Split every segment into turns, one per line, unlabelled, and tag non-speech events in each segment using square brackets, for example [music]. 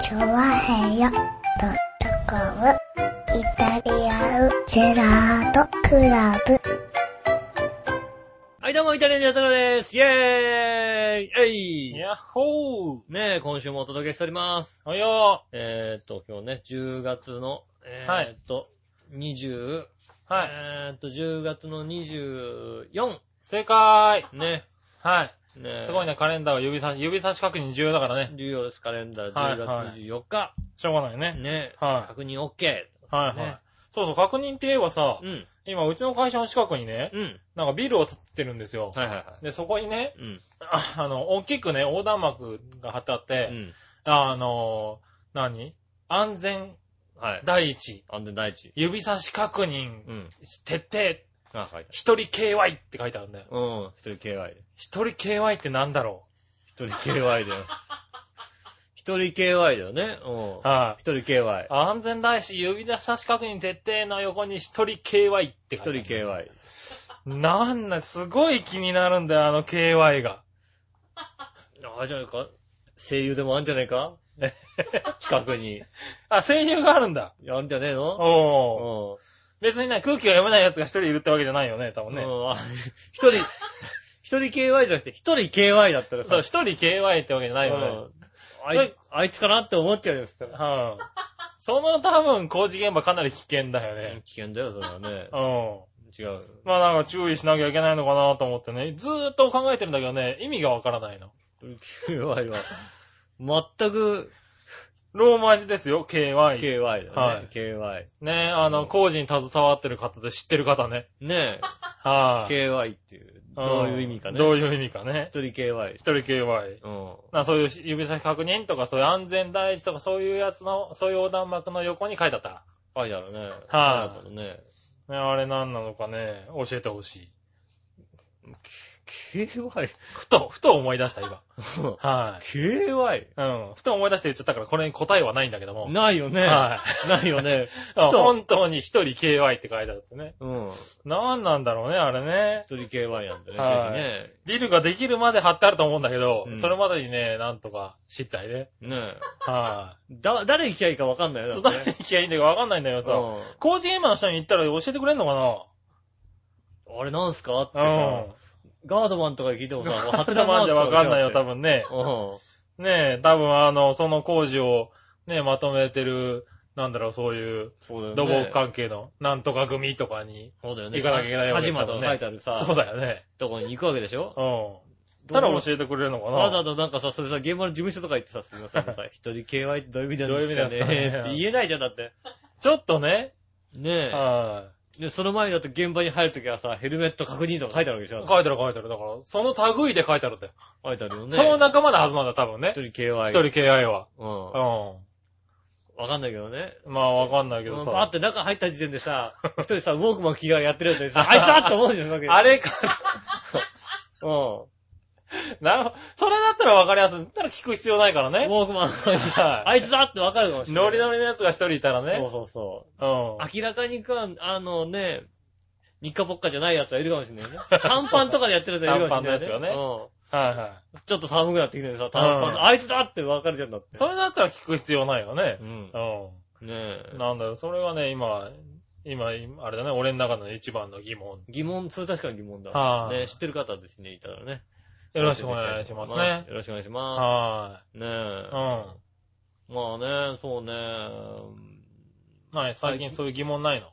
チョワヘヨドットコムイタリアンジェラートクラブ。
はい、どうも、イタリアンジェラートクラブです。イェーイえい
やっほー
ねえ、今週もお届けしております。
およ
えーっと、今日ね、10月の、え
は
ー
い
っと、20、
ーはい。
えーっと、10月の24、
正解
ね、
はい。
ねえ
すごいね、カレンダーは指差し、指差し確認重要だからね。
重要です、カレンダー、
はい
10月24日、
しょうがないね。
ねえ、
はい
確認 OK。
はいは
ね
い。そうそう、確認って言えばさ
う、ん、
今、うちの会社の近くにね、
うん、
なんかビルを建ててるんですよ。
はいはいは
で、そこにね、
い。うん、
ああの、大きくね、横断幕が貼ってあっ
う
て、
ん、
あの、何安全
はい。
第一、
安全第一。
指差し確認、
うん、
徹底、
あ、書いて
一人 KY って書いてあるんだよ
あ。る。うん、一人 KY で。
一人 KY ってなんだろ
一人 KY
[laughs]
だよ。一人 KY だよね。うん
う。。はい。
一人 KY。
安全大使指差し確認徹底の横に一人 KY って
一
書
人
いてある。
KY。
なんだ、すごい気になるんだよ、あの KY が。
あれじゃないか声優でもあんじゃないか [laughs] 近くに。
あ、声優があるんだ。
あんじゃねえのう
お
ん。
ー。別にね、空気が読めない奴が一人いるってわけじゃないよね、多
う
分ね。
んあ一人、一人 KY じゃなくて、一人 KY だったら
そう、
さ、
一人 KY ってわけじゃないよね。
うんあいあいつかなって思っちゃうよ、そしたら。
うん。その多分工事現場かなり危険だよね。
危険だよ、それはね
う。ん。
[laughs] 違う。
まあなんか注意しなきゃいけないのかなと思ってね、ずーっと考えてるんだけどね、意味がわからないの。
一人 KY は、全く
ローマ字ですよ、KY。
KY だよね。
はい
KY。
ね、あの、工事に携わってる方で知ってる方ね。
ねえ、
はい、
KY っていう、どういう意味かね。
どういう意味かね
一。人 KY
一。人 KY。
うん。
なそういう指先確認とか、そういう安全第一とか、そういうやつの、そういう横断幕の横に書いてあった。
書いてあるね。
はい
書いてあるね。
ね、あれ何なのかね、教えてほしい。
KY?
ふと、ふと思い出し
[laughs]
た、今。はい、
KY?
うん。ふと思い出して言っちゃったから、これに答えはないんだけども。
ないよね。
は
ないよね。
い。
ふと
本当に一人 KY って書いてあるんですね。
うん。
何なんだろうね、あれね。
一人 KY なんでね。
はい
ぜ
ビルができるまで貼ってあると思うんだけど、
うん
それまでにね、なんとか知ったいね。
ひね。ねえ。
は
だ、誰行きゃいいかわかんない
い、
よ。
そう、
だっ
誰
てね
に行きゃいいんだかわかんないんだけどさ。工事現場の人に行ったら教えてくれんのか
うんあれなんすかって
な
さ、ガードマンとかに聞い [laughs] てもさ、もう
ハテナマンじゃわかんないよ、多
分。
分ね。
うん。
ねえ、多分あの、その工事をね、まとめてる、なんだろう、そういう、
そうだよね。
土木関係の、なんとか組とかに。
そうだよね。
行かなきゃいけないわ
カ
け
ジ
だも
マ
んね
とか書いてあるさ、
そうだよね。
とこに行くわけでし [laughs] ょ
うん。たら教えてくれるのかな
わざわざなんかさ、それさ、現場の事務所とか行ってさ、すいませんさ、一人 KY ってどういう意味なんですかね
どういう意味なんですかね
って言えないじゃん、だって。
ちょっとね、
ねえ。
は
で、その前だと現場に入るときはさ、ヘルメット確認とか書いてあるわけでし
い。
ょ
書いてある書いてある。だから、その類で書いてあるんだよ。
書いてあるよね。
その仲間のはずなんだ、多分
一
ね。
人
一
KY。
人 KI は。
うん。
う
わかんないけどね。
ん。まあ、わかんないけど
うんパーっ
さ。
て中入った時点で
[laughs]
さ、一人さ、ウォークマン気がやってるやつでさ、あいつだって思うじゃん、わけで
あれか、
うん。ウォ
なるほど。それだったらわかりやすい。だったら聞く必要ないからね。
ークマン。
は
あ
い
いつだってわかるかもしれない。
ノリノリのやつが一人いたら
そう
ね。
そうそうう。明らかにか、あのね、日課ぽっかじゃないやつはいるかもしれない
[laughs]
ね。短パンとかでやってるやつはいるかもしれない、
短パンのやつ
う
が
ん。
ん。はいは
ちょっと寒くなってきてるさ、短パン
う
の、
ん
あいつだってわかるじゃんだって
い。。それだったら聞く必要ないよね
う。ん
う。
ねえ
ん。。なんだよ、それはね、今、今、あれだね、俺の中の一番の疑問。
疑問、それ確かに疑問だ。
はい
ね、知ってる方ですね、いたらね。
よろしくお願いしますね。
よろしくお願いしま
は
す。ねえ。
い。うん。
まあね、そうね。
はい、最近そういう疑問ないの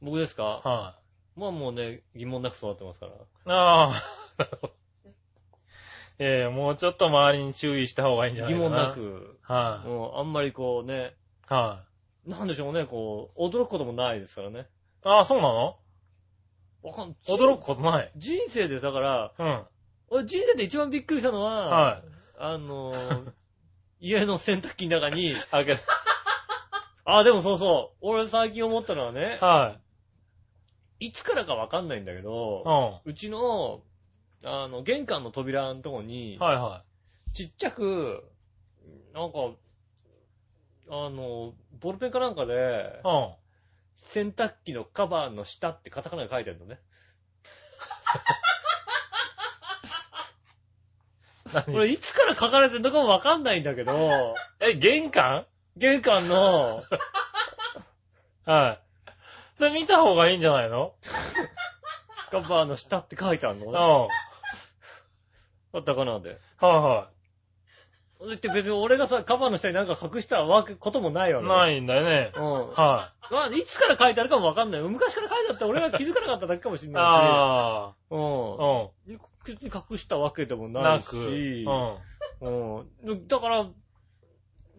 僕ですか
は
まあもうね、疑問なく育ってますから。
い。ああ、 [laughs] ええ、もうちょっと周りに注意した方がいいんじゃない
疑
か
問な。
な。
く、
はい。
もうあんまりこうね、
はい。
なんでしょうね、こう、驚くこともないですからね。
ああ、そうなの
わかん
驚くことない。
人生で、だから、
うん。
俺人生で一番びっくりしたのは、
はい。
あ
[laughs]
のー家の洗濯機の中に、
あけど、
あ、でもそうそう、俺最近思ったのはね、
はい。
いつからかわかんないんだけ
う
ど、
ん。
うちの、あの、玄関の扉のとこに、
はいは
ちっちゃく、なんか、あの、ボールペンかなんかで
い。、うん。
洗濯機のカバーの下ってカタカナで書いてあるのね。こ
何
れ
[laughs]
いつから書かれてるのかもわかんないんだけど、
え、玄関
玄関の、
はい。それ見た方がいいんじゃないの
カバーの下って書いてあるの
うん。は
カタカナで。
いは
だって別に俺がさ、カバーの下になんか隠したわけこともないわ
い。
け。。
ないいんだよね。
うん。
は
まあ、いつから書いてあるかもわかんない。昔から書いてあったら俺が気づかなかっただけかもしん
い。
な
あ
いし。う
あ。
ん。
う
別に隠したわけでも
ん。
な
ないく。
し。
うん。
うん。
は
だから、ね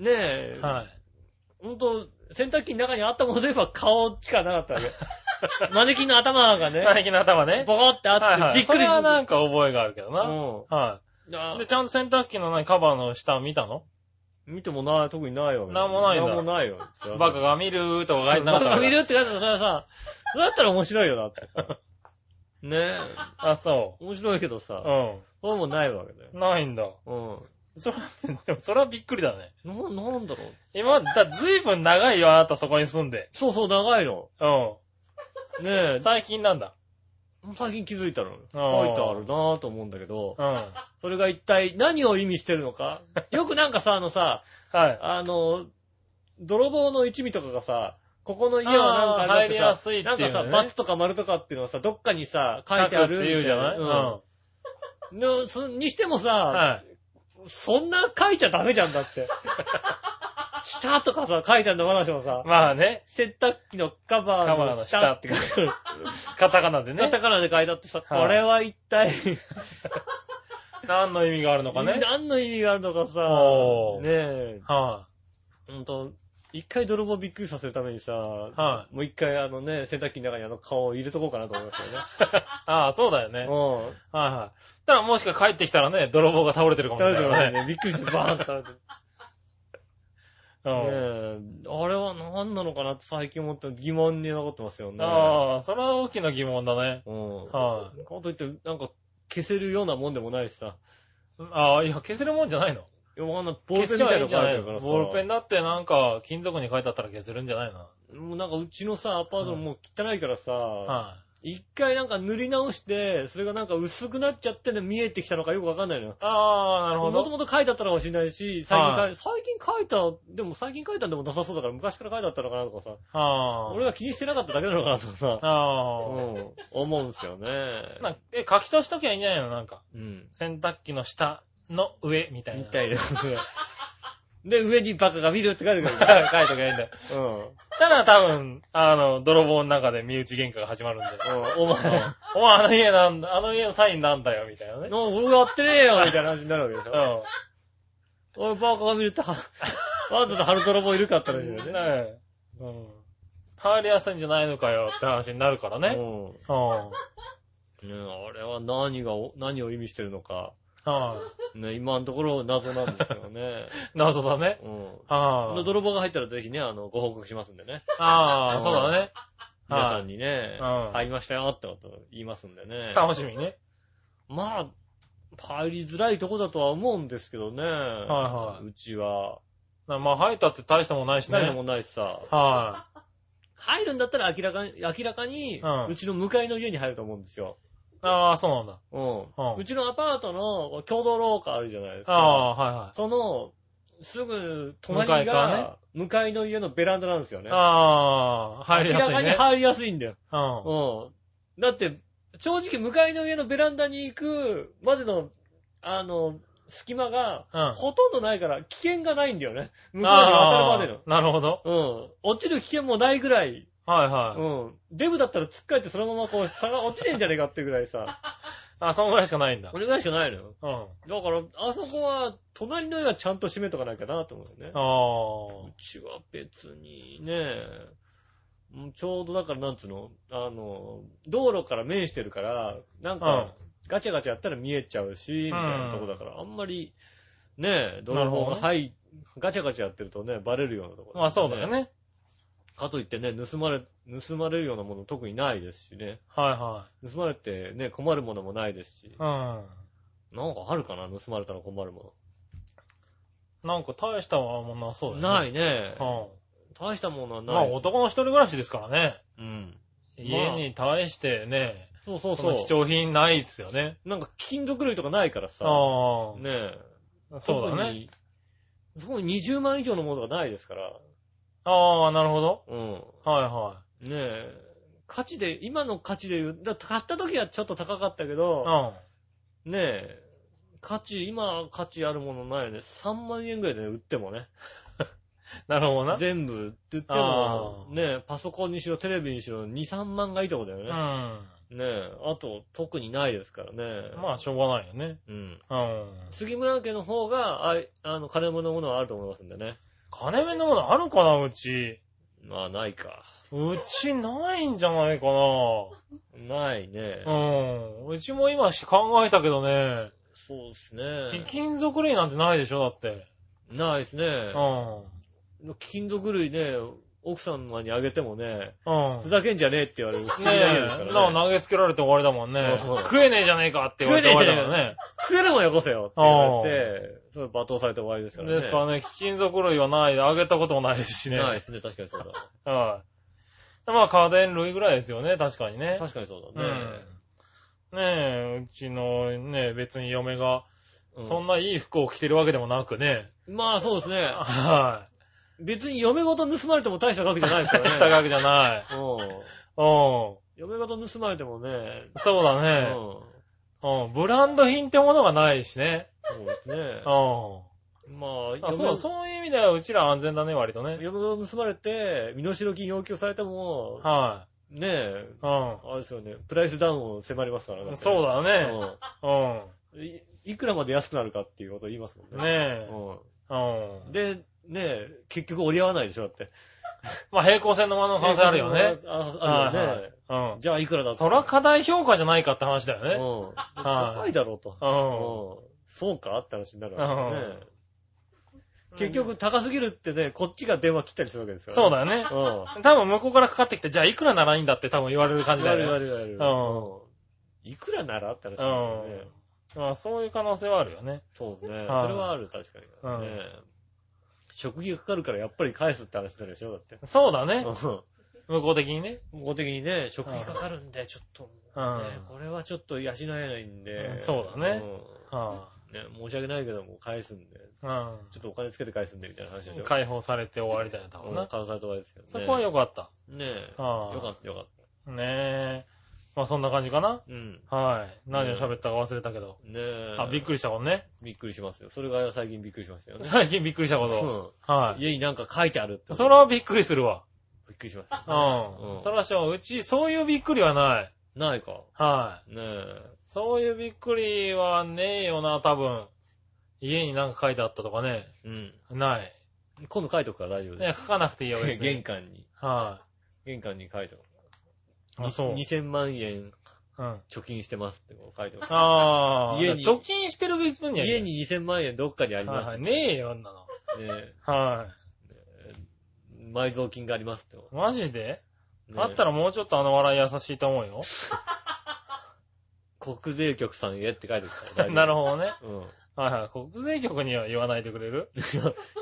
え
い。、
ほんと、洗濯機の中にあったものといえば顔しかなかったわ
[laughs]
け。マネキンの頭がね、
最近の頭ね。
ボコってあって、
はいはい。
びっくり
それ
す
は
る。
なんか覚えがあるけどな。
う
は
ん。だ
い。で、ちゃんと洗濯機のないカバーの下見たの
見てもない、特にないわけ。
なんもないんだ
なんもないよ。
バカが見るとか書いてなか
バ
っ
カ
た
見
る
るって書いてあったらそれはさ、それだったら面白いよ、だって
[laughs]
さ。ねえ。
あ、そ
面白いけど
う。
さ、
う
そうもないわけだよ。
ん。ないんだ。
う
それは、でもそれはびっくりだね。
ん。な、なんだろう。
今、だ、ずいぶん長いよ、あなたそこに住んで。
そうそう、長いの。
う
ねえ
ん。。最近なんだ。
[laughs] 最近気づいたの。書いて
あー
あるなぁと思うんだけど、
うん。は
それが一体何を意味してるの
[laughs]
か。よくなんかさ、あのさ、
い。
あの、泥棒の一味とかがさ、ここの家はなんか
あー
だって
入り
さ
やすいっていうね
なんかさ、バツとか丸とかっていうのはさ、どっかにさ、書いてあるみ
書くったて
い
言うじゃないうん。
うん。のすにしてもさ、
はい。
そんな書いちゃダメじゃんだ
[laughs]
って。下とかさ、書いてあるんだ、私もさ。
まあね、
洗濯機のカバ
カバ
ー
ー
の
の
下
下
っ
ってて
書いてあ
カタカナで
る。カ
ね。
タカナで書いてあってさ、こ
はい
れは一体、
何の意味があるのかね。
何の意味があるのかさ、
おー
ねえ、
は
ほんと、一回泥棒びっくりさせるためにさ、
い。はい。
もう一回あのね、洗濯機の中にあの顔を入れとこうかなと思いましたよ
ああ、そうだよ
ね。
ね。はいはい。ただもしか帰ってきたらね、泥棒が倒れてる
う
か
ん。
もしれ
大
な
丈夫
いか
だ
らね。
ね。びっくりしてバーンって倒れて。ね
[laughs] うん。
え、あれは何なのかなって最近思って疑問に残ってますよね。
ああ、それは大きな疑問だね。
うん。
は
かといって、なんか、消せるようなもんでもないしさ。
い。ああ、いや、消せるもんじゃないの
いやわかんない。ボール
消
ペン
せ
みたいな
る
の
んじ
書いて
ゃな
あ
い
るから
の
さ。
ボールペンだってなんか、金属に書いてあったら消せるんじゃないの
もうなんかうちのさ、アパートもう汚いからさ、
はい。
一回なんか塗り直して、それがなんか薄くなっちゃってね、見えてきたのかよくわかんないのよ。
ああ、なるほ
もと
ど。
もと書いてあったのかもしれないし、最近
は
書い、最近書いた、でも最近書いたんでもなさそうだから昔から書いてあったのかなとかさ、
ああ。
俺が気にしてなかっただけなのかなとかさ、う
あ
ん、思うんですよね
あ。。なんかえ、書き足しときゃいいんじゃないのなんか。
うん。
洗濯機の下の上みたい
み
な。
たいなことが。で、上にバカが見るって書いてあるか
はい書いときゃいいんだよ。
ら。うん。うん
ただ多分、あの、泥棒の中で身内喧嘩が始まるんで。
お前、
お前あの家なんだ、あの家のサインなんだよ、みたいなね。
な俺やってねえよみたいな話になるわけでしょ。
う
俺バカが見 [laughs] ると、はわざと春泥棒いるかって話だ
ん。
よね。
ねえ。うん。入りやすいんじゃないのかよって話になるからね。
うん。
うん。は
ねあれは何が、何を意味してるのか。
い。
ね、今のところ謎なんですよね。 [laughs]
謎だね。
うん。
は
の
い。
泥棒が入ったらぜひね、あの、ご報告しますんでね。
ああ、そうだね。
皆さ
は
んにね、
うん
入りましたよってことを言いますんでね
い。。楽しみね。
まあ、入りづらいとこだとは思うんですけどね。
はいう
ちは。
なまあ、入ったって大したもんないしね。
何もないしさ。
は
入るんだったら明らかに、明らかに
うん、
うちの向かいの家に入ると思うんですよ。
い。ああ、そうなんだ。
うん。
うん
うちのアパートの共同廊下あるじゃないですか。
ああ、はいはい。
その、すぐ
向か
隣
い側ね
が、向かいの家のベランダなんですよね。
ああ、入り
明
や
ら
すい
かに
ね。
入りやすいんだよ。
うん。は
うん。だって、正直向かいの家のベランダに行くまでの、あの、隙間が、
うん
ほとんどないから危険がないんだよね。向こうに渡
あ
る
あ、なるほど。
までの。うん。落ちる危険もないぐらい。
はいうはい。
ん。デブだったら突っかえてそのままこう、差が落ちねえんじゃねえかっていうぐらい
[laughs]
さ。
あ、そんぐらいしかないんだ
こ。れぐらいしかないのよ。
うん。あ
だから、あそこは、隣の家はちゃんと閉めとかなきゃなと思うよね。う
あ。
ちは別にね、うんちょうどだからなんつうの、あの、道路から面してるから、なんか、ガチャガチャやったら見えちゃうし、みたいなとこだから、あんまり、ねえ、泥棒
なるほど
が、
ね
はい、ガチャガチャやってるとね、バレるようなところ、
まあそうだよ。ね。
かといってね、盗まれ、盗まれるようなもの特にないですしね。
は
盗まれてね、困るものもないですし
い。はい。
なんかあるかな盗まれたら困るも
うん。なんか大したもんな
の。
そうだ。
ないいね
う。ん。
大したものは
まあ
ないです。
男の一人暮らしですからね。
うん。
家に対してね、
そうそう
その
そう。
貴重品ないですよね。
なんか金属類とかないからさ。
ああ。
ねえ。
そうだね。
特に。そこに20万以上のものがないですから。
ああ、なるほど。
うん。
はいは
ねえ。価値で、今の価値で言う、だ買った時はちょっと高かったけ
い。
ど、
うん。
ねえ、価値、今価値あるものないよね。3万円ぐらいで売ってもね。
なるほどな。
全部って言っても、ねえ、パソコンにしろテレビにしろ2、3万がいいとこだよね。
う
ねえ、あと特にないですからね。
ん。まあ、しょうがないよね。
うん。
うん。
杉村家の方が、あいあの、金物のものはあると思いますんでね。
金目のものあるかな、うち。
まあ、ないか。
うちないんじゃないかな。
ないね。
うん。うちも今考えたけどね。
そうです
貴
ね。
金属類なんてないでしょ、だって。
ないです
う
ね。
ん。
金属類ね、奥様にあげてもね、
うん。
ふざけんじゃねえって言われる。
ねえ、だから投げつけられて終わりだもんね
そうそう。
食えねえじゃねえかって言われて終わりだもんね。
食えるもんよこせよって言われて、それ罵倒されて終わりですからね。
ですからね、貴金属類はない、あげたこともないですしね。
ない
はい。
ですね、確かにそうだ。
まあ家電類ぐらいですよね、確かにね。
確かにそう
う
だね
ん。ねえ、うちのね、別に嫁が、
うん
そんないい服を着てるわけでもなくね。
まあそうですね。
は
別に嫁ごと盗まれても大した額じゃないですか
い。
らね。
着たわけじゃない。
うん。
うん。
嫁ごと盗まれてもね、
そうだ
うん。
ね。
そ
うん。ブランド品ってものがないしね。
うですね
う。ん。
まあ、
あ、そう、
嫁
そういう意味ではうちら安全だね、割とね。
嫁ごと盗まれて、身代金要求されても、
は
ねえ、
い。う
あれですよね、プライスダウンを迫りますから
ん。そうだね。
ね。
うん。
うんいいくらまで安くなるかっていうことを言いますもんね。
ねえ。
う
うんん。
で、
で、
ねえ、結局折り合わないでしょ、だって。
まあ平行線の間の可能性あるよね。。
あ、あるよね。
うん。
じゃあいくらだって
そら課題評価じゃないかって話だよ
うん。
ね。
高いだろうと。
う
うんそうかって話になるわけですね。
ん。
結、局高すぎるってね、こっちが電話切ったりするわけですから。
そうだよね。
よ。
多分向こうからかかってきて、じゃあいくらならいいんだって多分言われる
うん。
感じ
言わ
だ
れる言わ
よね。
れる言われる。
うん
うん。いくらならって話
う
だよね。
ん。まあそういう可能性はあるよね。
そうですね。
はい
それはある、確かに。ね食費がかかるからやっぱり返すって話になるでしょ、だって。
そうだね。
うん
向こう的にね。
法的にね、食費かかるんで、ちょっと、
うん
ね、これはちょっと養えないん
う
で。
んそうだね
う
は
んね申し訳ないけども、返すんで、
い。うん。
ちょっとお金つけて返すんで、みたいな話でしょ。
解放されて終わりだよ、多分
うん
な。
関西とはですけどね。
そこは良かった。
ねえ。
ああ
よかった、よかっ
ねえ。まあそんな感じかな。
た。うん。
はい。何を喋ったか忘れたけど。
ねえ。
あ、びっくりしたことね。
びっくりしますよ。それが最近びっくりしましたよね。
最近びっくりしたこと。
う
は
ん。家になんか書いてあるって。
い。それはびっくりするわ。
びっくりしました
う
ね。うん
ん。それはしょう。うち、そういうびっくりはない。
ないか。
は
ねえ。
い。そういうびっくりはねえよな、多分。家になんか書いてあったとかね。
うん。
ない。
今度書いとくから大丈夫
ね
で
書かなくていいよ、 [laughs]
す。
別
[laughs] 玄
に。
関に。
は
玄関に書いて
い。あ、そう。
2000万円
うん。
貯金してますってこう書いてます。
ああ、
家に
貯金してる別分 [laughs] にはいい
家に2000万円どっかにあり
はい
ます。
はい。
ね
ねえよ、あんなの。
え
は
埋蔵金がありますって。
い。マジで、
ね
あったらもうちょっとあの笑い優しいと思うよ。
国税局さんへって書いてるから
なる
ほ
ほどね。
ど。うん。
はいはい。国税局には言わないでくれる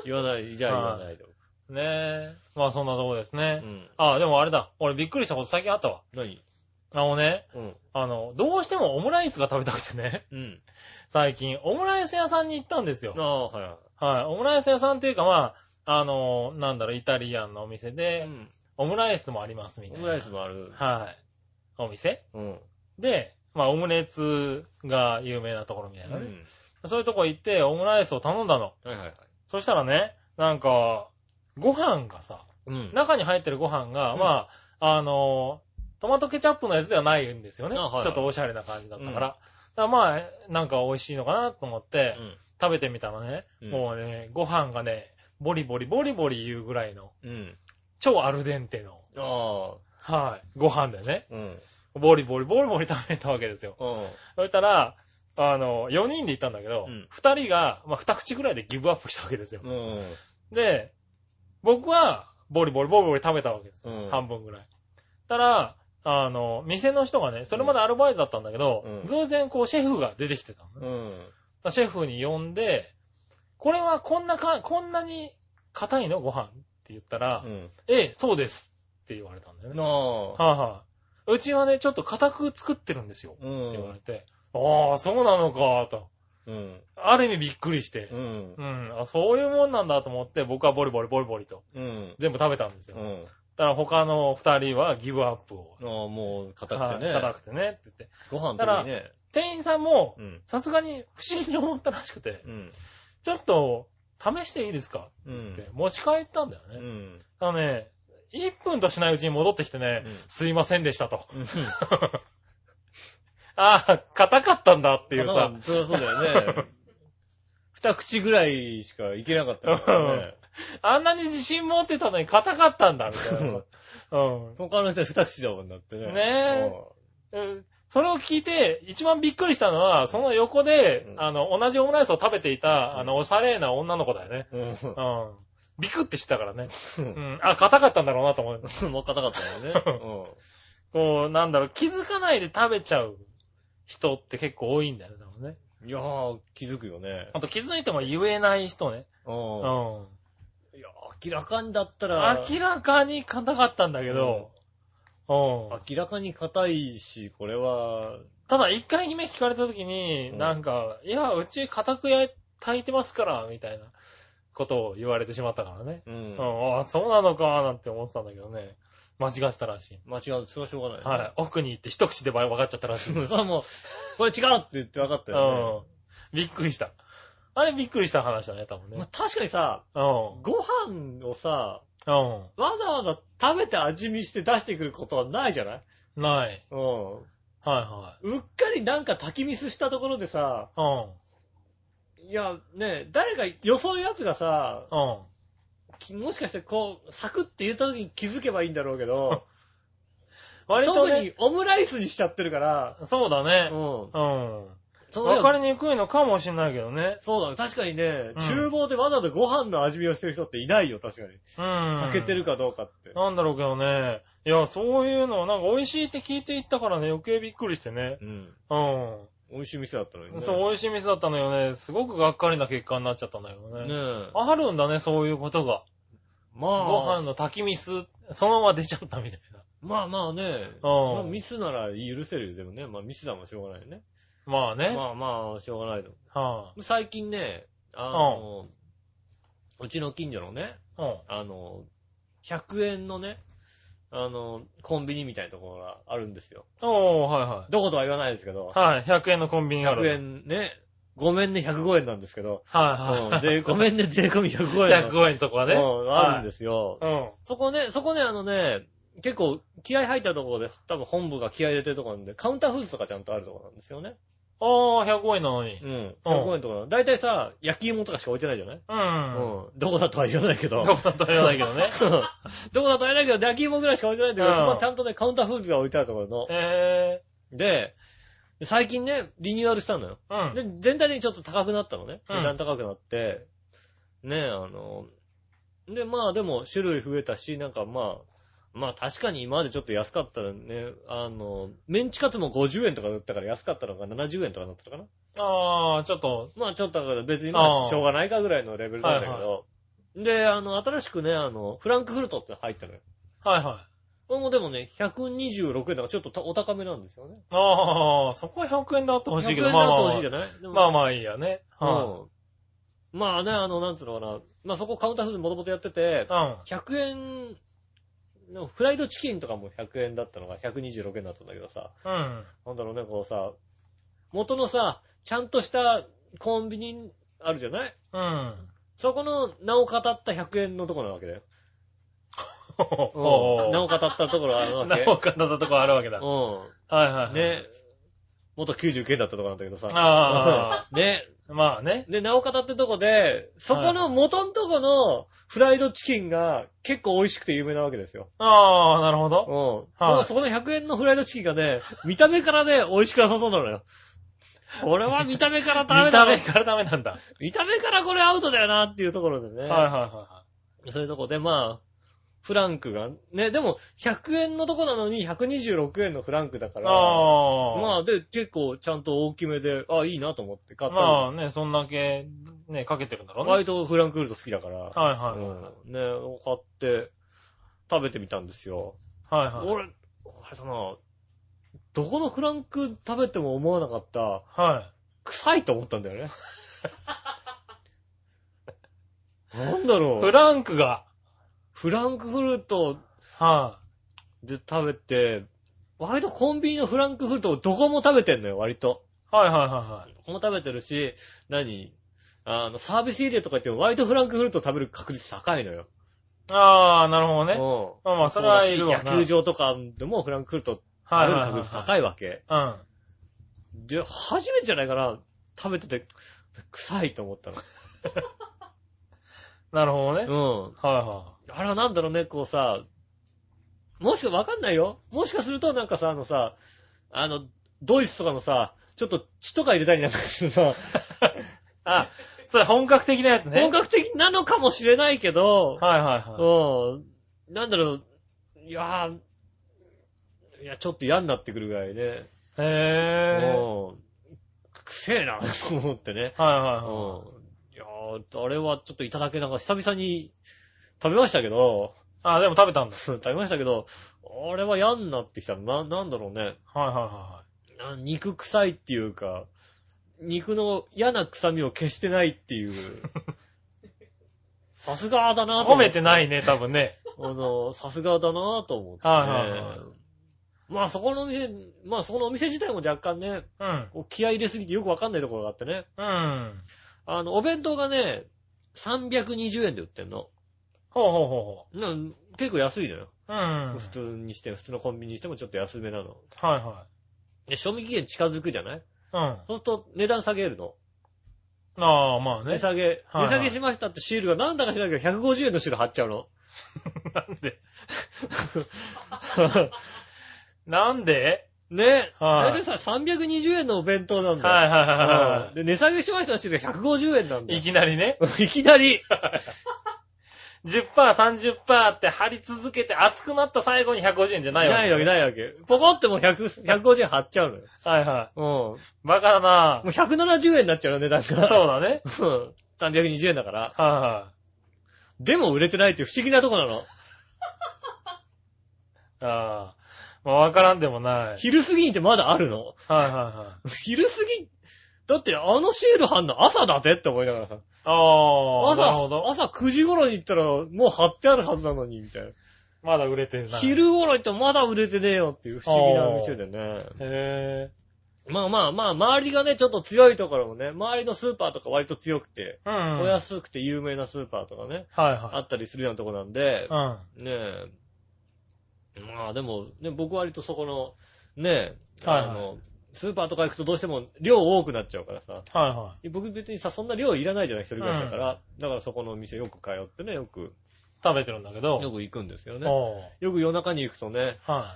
言わない、じゃあ言わないで。
ねえ。まあそんなとこです
う
ね。
ん。
あ、でもあれだ。俺びっくりしたこと最近あったわ。
何
あのね、
うん。
あの、どうしてもオムライスが食べたくてね、 [laughs]
うん。
最近、オムライス屋さんに行ったんですよ
あ。あ、はいは
はい。オムライス屋さんっていうかまあ、あの、なんだろう、イタリアンのお店
い。う
で、
ん。
オムライスもありますみた
オ
いな。
ムライスもある。
はい。お店
うん。
で、まあ、オムレツが有名なところみた
う
い
ん
なね。そういうとこ行って、オムライスを頼んだの。
はいはいはい。
そしたらね、なんか、ご飯がさ、
うん。
中に入ってるご飯が、
うん
まあ、あのー、トマトケチャップのやつではないんですよね。
あはいはい
ちょっとおしゃれな感じだったから。だからまあ、なんか美味しいのかなと思って、食べてみたらね、
うん
もうね、ご飯がね、ボリボリボリボリ言うぐらいの、
うん。うん。
超アルデンテの、
ああ。
はい、ご飯でね、
うん。
ボリボリボリボリ食べたわけですよ。
うん。
そしたら、あの、4人で行ったんだけど
うん、
2人が、まあ、2口ぐらいでギブアップしたわけですよ。
うん。
で、僕は、ボリボリボリボリ食べたわけです。
うん
半分ぐらい。たら、あの、店の人がね、それまでアルバイトだったんだけど、
うん
偶然こう、シェフが出てきてたのね。
うん。
シェフに呼んで、これはこんなか、こんなに硬いのご飯って言ったら、
うん。
ええ、そうですって言われたんだよね。
なあ。
はいはいうちはね、ちょっと硬く作ってるんですよ。
う
って言わ
ん
れ。て、ああ、そうなのか、と。
うん。
ある意味びっくりして
う、ん。
うん、あ、そういうもんなんだと思って、僕はボリボリボリボリと
うん。
全部食べたんですよ。
う
だか
ん。
ら他の二人はギブアップを。
ああ、もう、硬くてね。
はい硬くてねって言って。
ご飯食べにね。
店員さんも
う、ん。
さすがに不思議に思ったらしくて、
うん。
ちょっと試していいですか
う
って
ん。
持ち帰ったんだよ
う
ね。
ん。
あのね、1分としないうちに戻ってきてね、
うん
すいませんでしたと。
うん。
ああ、硬かったんだっていう
まあ
さ
ま、あそりゃそうだよね。二口ぐらいしかいけなかったからね。
あんなに自信持ってたのに硬かったんだ、みたいな。うん
他の人二口だもんだってね。
ねえうん。それを聞いて、一番びっくりしたのは、その横で
う、ん
あの、同じオムライスを食べていた、
ん
あの、おしゃれな女の子だよね。
うん。
うん。ビクってしてたからね。
う
うんん。あ、硬かったんだろうなと思う。
うん。もう硬かったもんね。
こう、なんだろう、気づかないで食べちゃう人って結構多いんだよね、多分ね。
うん。いやー、気づくよね。
あと気づいても言えない人ね。
う
うんん。。明
いや、明らかにだったら、
らかに硬かったんだけど、うん。
明らかに硬いし、これは、
ただ一回目聞かれた時に、
うん
なんか、いや、うち硬く焼いてますから、みたいなことを言われてしまったからね。
う
うんん。。ああ、そうなのか、なんて思ってたんだけどね。間違ってたらしい。
間違う、それはしょうがない。
はい。奥に行って一口で分かっちゃったらしい。
[laughs]
う
それはもう、これ違うって言って分かったよ
ん。びっくりした。あれびっくりした話だね、多分
ね。まあ
ね。
確かにさ、
うん。
ご飯をさ、
う
わざわざ食べて味見して出してくることはないじゃない
ん。ない。
うん。
は
うっかりなんか炊きミスしたところでさ、
いはい。
いや、ね、誰か、予想やつがさ、
うん。うん。
きもしかしてこう、サクって言った時に気づけばいいんだろうけど、
割と
特
ね、
にオムライスにしちゃってるから、
そうだ
う
ね。
ん。
うん。
そう
わかりにくいのかもしんないけどね。
そうだ、確かにね、
うん
厨房でわざわざご飯の味見をしてる人っていないよ、確かに。
うん。
炊けてるかどうかって。
なんだろうけどね。いや、そういうの、なんか美味しいって聞いていったからね、余計びっくりしてね。
うん。
うん。
美味しい店だったのにね。
そう、美味しい店だったのよね。すごくがっかりな結果になっちゃったんだけどね。
ねえ。
あるんだね、そういうことが。
まあ、
ご飯の炊きミス、そのまま出ちゃったみたいな。
まあまあね。
うん
まあミスなら許せるよ、でもね。まあミスだもんしょうがないよね。
まあね。
まあまあ、しょうがないと思
は
う。最近ね、あの、うちの近所のね、
あ、うん。
あの、100円のね、あの、コンビニみたいなところがあるんですよ。
おー、は
どことは言わないですけど
い、はい。はい、100円のコンビニがある。
100。円ね、ごめんね、105円なんですけど、
はい
うん
はい。
[laughs] 税ごめんね、税込み105円の。
[laughs] 105円とかね。
うんあるんですよ。
うん。
そこね、そこね、あのね、結構気合入ったところで、多分本部が気合入れてるとこなんで、カウンターフーズとかちゃんとあるとこなんですよね。
おー、105円なのに。
うん。105円とか。だいたいさ、焼き芋とかしか置いてないじゃない
うん。
うん。どこだとは言わないけ [laughs] ど。
どうだったら言わないけど
[laughs]
[laughs] ね。
うんどこだとは言わないけど、焼き芋ぐらいしか置いてないんだけど、
うん
そこはちゃんとね、カウンターフーズが置いてあるところの。
え
で、最近ね、リニューアルしたのよ。
ー、うん。
で、全体的にちょっと高くなったのね。
うん
値段高くなって、ねえ、あの、で、まあでも種類増えたし、なんかまあ、まあ確かに今までちょっと安かったらね、あの、メンチカツも50円とかだったから安かったのが70円とかだったかな。
あー、ちょっと、
まあちょっとだから別にま
あ
あ
あ
しょうがないかぐらいのレベルなんだけど、
はい
で、あの、新しくね、あの、フランクフルトって入ったのよ。
はいはい。
これもでもね、126円だからちょっとお高めなんですよね。
ああ、そこは100円であってほし
100
い
円
け
だ
ど、
と
まあまあ
欲しいじゃないでも
まあまあいいやね。は
うん。まあね、あの、なんつうのかな。まあそこカウンターフードもともとやってて
い。う、ん。
100円のフライドチキンとかも100円だったのが126円だったんだけどさ、
うん。
なんだろうね、こうさ、元のさ、ちゃんとしたコンビニあるじゃない
うん。
そこの名を語った100円のとこなわけだよ。
お
名
ー
を語ったところあるわ
な [laughs]
け。
おかんだったとこあるわけだ。はいはいは
う
い。
ん。ね。元99円だったとこなんだけどさ。
あ
ね。
あ、まあね。
で、なおかたってとこで、そこの元のとこのフライドチキンが結構美味しくて有名なわけですよ。
ああ、なるほ
うん
ど。。はい
そこの100円のフライドチキンがね、見た目からね、美味しくなさそうなのよ。これは見た目からダメ
見
だ
た
な
目からダメなんだ。はい
見た目からこれアウトだよなっていうところでね。
はいは
そういうとこで、まあ、フランクが、ね、でも、100円のとこなのに126円のフランクだか
い
ら、
はい。ああ。
まあ、で、結構ちゃんと大きめで、あ、いいなと思って買ったの。
まあね、そんだけ、ね、かけてるんだろうね。は
割
い
とフランクフルト好きだから。
はいは
うんね、買って、食べてみたんですよ。
い。はいはい。
俺、あれだな、どこのフランク食べても思わなかった、
は
臭いと思ったんだよ
[laughs]
ね。なんだろ
フ
う。
ランクが、
フランクフルト
は
で食べて、割とコンビニのフランクフルトをどこも食べてんのよ、割と。
いはいはいはいはい。
どこも食べてるし、何あの、サービスエリアとか行っても割とフランクフルト食べる確率高いのよ。
ああ、なるほどね。
うん。
まあまあ、それはいるわな。
野球場とかでもフランクフルト食
はい
べ
は
る
いはい
確率
は
高いわけ。
い。うん。
で、初めてじゃないかな、食べてて、臭いと思った
なるほどね。はい
の。
は
うん。あれはなんだろうね、こうさ、もしか、わかんないよ。もしかするとなんかさ、あのさ、あの、ドイツとかのさ、ちょっと血とか入れたりなんかしてさ、
い。あ、それ本格的なやつね。
本格的なのかもしれないけど、
はいはいは
うん。なんだろう、いやー、いや、ちょっと嫌になってくるぐらいね。
い。へ
うん。くせえな、と思ってね。
ぇー。はいうは
ん。いやー、あれはちょっといただけなんか久々に食べましたけど、 [laughs]
いはい。あ、でも食べたんだ。
食べましたけど、あれは嫌になってきたな、なんだろうね。
はいはいは
な肉臭いっていうか、肉の嫌な臭みを消してないって
[laughs]
いう。さすがだ
い
な
はい。
と思
褒
っ
め
て。
てないね、多分ね。
あの、さすがだなと思って、ね。
はいはいはい
まあそこのお店、まあそこのお店自体も若干ね、
うん。
こう気合い入れすぎてよくわかんないところがあってね。
うん。
あの、お弁当がね、320円で売ってんの。
ほうほうほ
な結構安いのよ。
うほう。うん。はい
普通にして、普通のコンビニにしてもちょっと安めなの。
は
で、賞味期限近づくじゃない
い。うん。
そうすると値段下げるの。
ああ、まあ
値
ね。
下げ。
はいは
値
い
下げしましたってシールがなんだか知らないけど150円のシール貼っちゃう
[laughs]
の。
[laughs] なんでなんで
ね。
はい
大体さ、320円のお弁当なんだよ。
はいはいはいは
うん
い
で、値下げしましたのシールが150円なんだ
はい。い
よ。
きなりね。
いきな
[laughs]
り。
10%、30%って貼り続けて熱くなった最後に150円じゃないわ
な
け。
いわけないわけ。ポコってもう100 150円貼っちゃうのよ。
はいは
うん。も
い。バカだな
う170円になっちゃうの値段
そう
が。
だね。
うん。320円だから。
は
でも売れてないっていう不思議なとこなの。
いはい。ああ。まあわからんでもない。
昼過ぎにってまだあるの
はいはいはい。
昼過ぎだってあのシール貼んの朝だぜって思いながらさ。
ああ、なるほ
朝、
ど。
朝9時頃に行ったらもう貼ってあるはずなのに、みたい
まだ売れてる
な。
な。。
[laughs] 昼頃行ってもまだ売れてねえよっていう不思議な店でね。
へえ。
まあまあまあ、周りがね、ちょっと強いところもね、周りのスーパーとか割と強くて、
うん。
お
はい
安くて有名なスーパーとかね、あ
は
ったりするようなとこなんで
い。う、ん。
ねえ。まあでも、ね、僕割とそこの、ねえ、
はいはい
あの、スーパーとか行くとどうしても量多くなっちゃうからさ。
はいはい。
僕別にさ、そんな量いらないじゃない、一人暮らしだから。だからそこのお店よく通ってね、よく、
食べてるんだけど。
よく行くんですよね。
おう
よく夜中に行くとね、
は [laughs]
は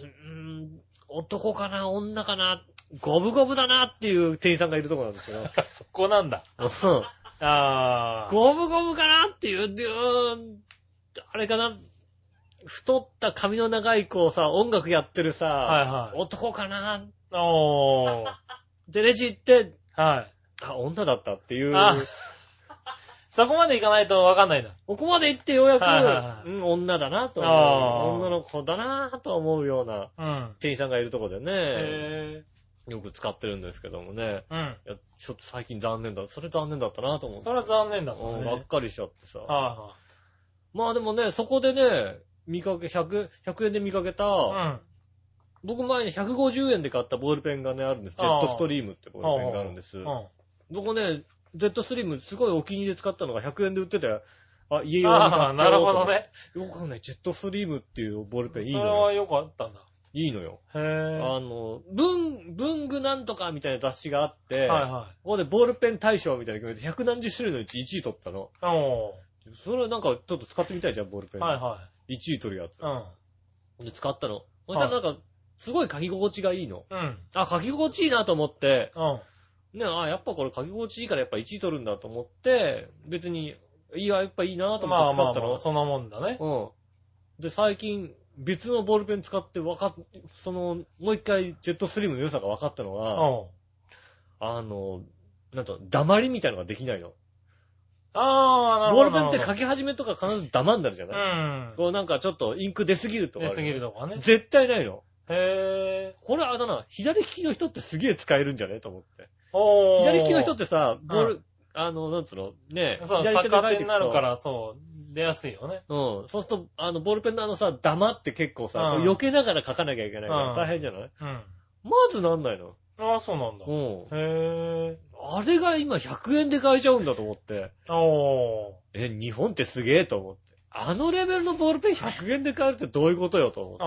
ぁうーん、男かな、女かな、五分五分だなっていう店員さんがいるとこなんですけ
[laughs]
ど。
い。そこなんだ。
うん
ああ。
五分五分かなっていう、でうーんあれかな、太った髪の長い子をさ、音楽やってるさ、
はいはい。
男かな
おー。
で、レジ行って、
はい。
あ、女だったっていう。
あそこまでいかないとわかんないな。
ここまで行ってようやく、
はいはいはい
うん、女だなと
あー
思う。女の子だなと思うような
うん。
店員さんがいるとこでね、
へえ。
よく使ってるんですけどもね。
うん。
いや、ちょっと最近残念だ。それ残念だったなと思って
それは残念だ
う
も
んん。
ね。
が
はい
っかりしちゃってさ。
は
まあでもね、そこでね、見かけ、100、100円で見かけた、
い。うん。
僕前に150円で買ったボールペンがね、あるんです。ジェットストリームってボールペンがあるんです
う。ん。
僕ね、ジェットストリームすごいお気に入りで使ったのが100円で売ってて、あ、家用に
ああ、
買っちゃ
なる
おうと
ほ
思っ
ど
て。
ね。
よくわかんない。ジェットストリームっていうボール
そ
ペンいい
れ
の
は
よ。
よくあったんだ。
いいのよ。
へ
あ
え。は
の、文、文具なんとかみたいな雑誌があって、
いはい。
ここでボールペン大賞みたいなの決めて、百何十種類のうち1位取ったの。
お
それなんかちょっと使ってみたいじゃん、ボールペ
ー。
ン。
はいは
1位取るや
い。うん。
つ。で、使ったの。そしたらなんか、すごい書き心地がいいの。
うん。
あ、書き心地いいなと思って、
うん。
ね、あ、やっぱこれ書き心地いいからやっぱ1位取るんだと思って、別に、いや、やっぱいいなと
ま
思っ
あ
て使
ま
っ
あ
たの。
まあ、そんなもんだね。
うん。で、最近、別のボールペン使って分かっ、その、もう一回ジェットストリームの良さが分かったの
う
は、
ん。
あの、なんと、黙りみたいなのができないの。
ああ、なる
ボ
ほ
ー
ど。
ルペンって
なる
書き始めとか必ず黙んだるじゃ
ほど
ない、こうなんかちょっとインク出すぎると
うん。
かあよ
出すぎるとかね。
絶対ないの。
へえ。
これあれだな、左利きの人ってすげえ使えるんじゃねと思って。
おー。
左利きの人ってさ、ボール、
う
あの、なんつうの、ねえ、
そう、
左手で
逆
叩いてい
手に
くと
なるか。ら、そう、出やすいよね。
うん。そうすると、あの、ボールペンのあのさ、黙って結構さ、
うん
避けながら書かなきゃいけないから
うん
大変じゃない
うん。
まずなんないの
ああ、そうなんだ。
う
へ
ん。
え。
あれが今100円で買えちゃうんだと思って。
お
え、日本ってすげえと思って。あのレベルのボールペン100円で買えるってどういうことよと思っ
ー。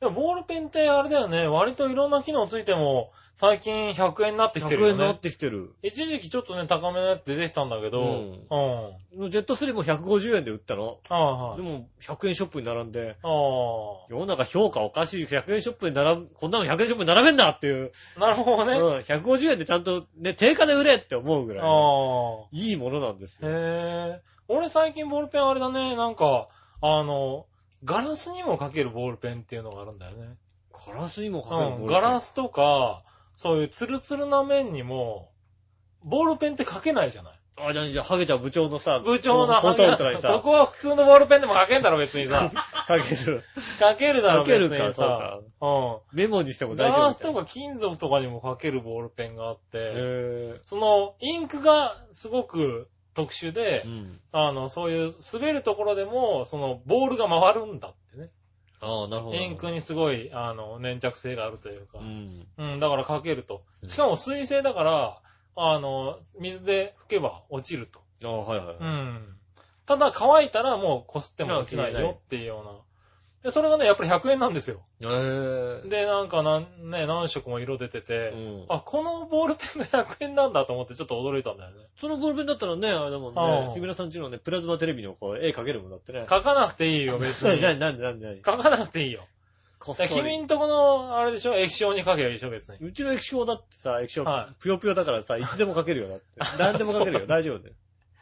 て。
ああ。でも、ボールペンってあれだよね。割といろんな機能ついても、最近100円になってきてる
100円
よ
になっ
ね。
てきてる。
一時期ちょっとね、高めのやつ出てきたんだけど、
う
うんん。あ
ジェットスリーも150円で売ったの。
あ、は
で
い。
も、100円ショップに並んで、
ああ
世の中評価おかしい。100円ショップに並ぶ、こんなの100円ショップに並べんなっていう。
ー。なるほど
うん
ね。。
150円でちゃんと、ね、定価で売れって思うぐらいの。
ああ。
いいものなんですよ。
へえ。俺最近ボールペンあれだね、なんか、あの、ガラスにも書けるボールペンっていうのがあるんだよね。
ガラスにもかけるボー
う
ル
ん、
ペン
ガラスとか、そういうツルツルな面にも、ボールペンって書けないじゃない
あ、じゃあ、じゃあ、ハゲちゃん部長のさ、
部長の
コントロールとかに
そ
さ、
こは普通のボールペンでも書けんだろ別
[laughs]
にさ。
かける。
書けるだろ
かけ
別
るか、
に
そう
さ。
か。
うん。
メモにしても
ガ
大丈夫
ラ
み
ス
たい
と
な。
か金属とかにも書けるボールペンがあって、
へ
そのインクがすごく特殊で
ぇ、うん。
あの、そういう滑るところでも、そのボールが回るんだってね。
ああ、なるほど。
インクにすごい、あの、粘着性があるというか
う。ん。
うん、だからかけると
う。ん
しかも水性だから、あの、水で拭けば落ちると。
ああ、はいはい。
うん。ただ乾いたらもう擦っても落ちないよっていうような。で、それがね、やっぱり100円なんですよ。
へぇ
で、なんかなん、ね、何色も色出て
う
て、
ん。
あ、このボールペンが100円なんだと思ってちょっと驚いたんだよね。
そのボールペンだったらね、あれだもん
あ
ね、
あ
杉村さんちのね、プラズマテレビのこう、絵描けるもんだってね。
書かなくていい [laughs] よ、別に。
なに
書
なんでなんでなんで
かなくていいよ。
こっそ
だから君
り。
んとこの、あれでしょ液晶に書けばいいでしょ、別に。
うちの液晶だってさ、液晶
は、
ぷよぷよだからさ、いつでも描けるよ、だ
[laughs]
って。何でも描けるよ、大丈夫だよ。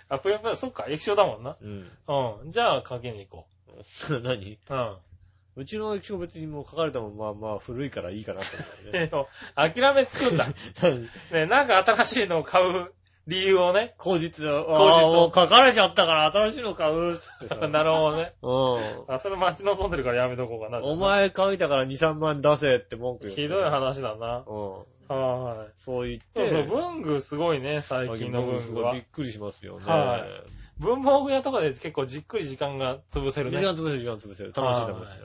あ、ぷよぷよ、そっか、液晶だもんな。
うん。
うん。じゃあ、書きに行こ
[laughs] 何
う。うん。
うちの液晶別にもう描かれたもん、まあまあ古いからいいかなって思ったよね。
[laughs] [laughs] えよ諦めつくん [laughs] だ。
何
ね、なんか新しいのを買う理由をね。
後日、後
後日
もう書かれちゃったから新しいの買うっつってさ。
[laughs] なるほどね。
うん。
あ、それ待ち望んでるからやめとこうかな。
お前書いたから2、3万出せって文句言って
ひどい話だな。
うん。
はい。
そう言って。
そうそう、文具すごいね、最近の文具は
びっ。くりしますよね。
は文房具屋とかで結構じっくり時間が潰せるね。
時
ね
間潰せる、時間潰せる。楽しい楽しい
はい。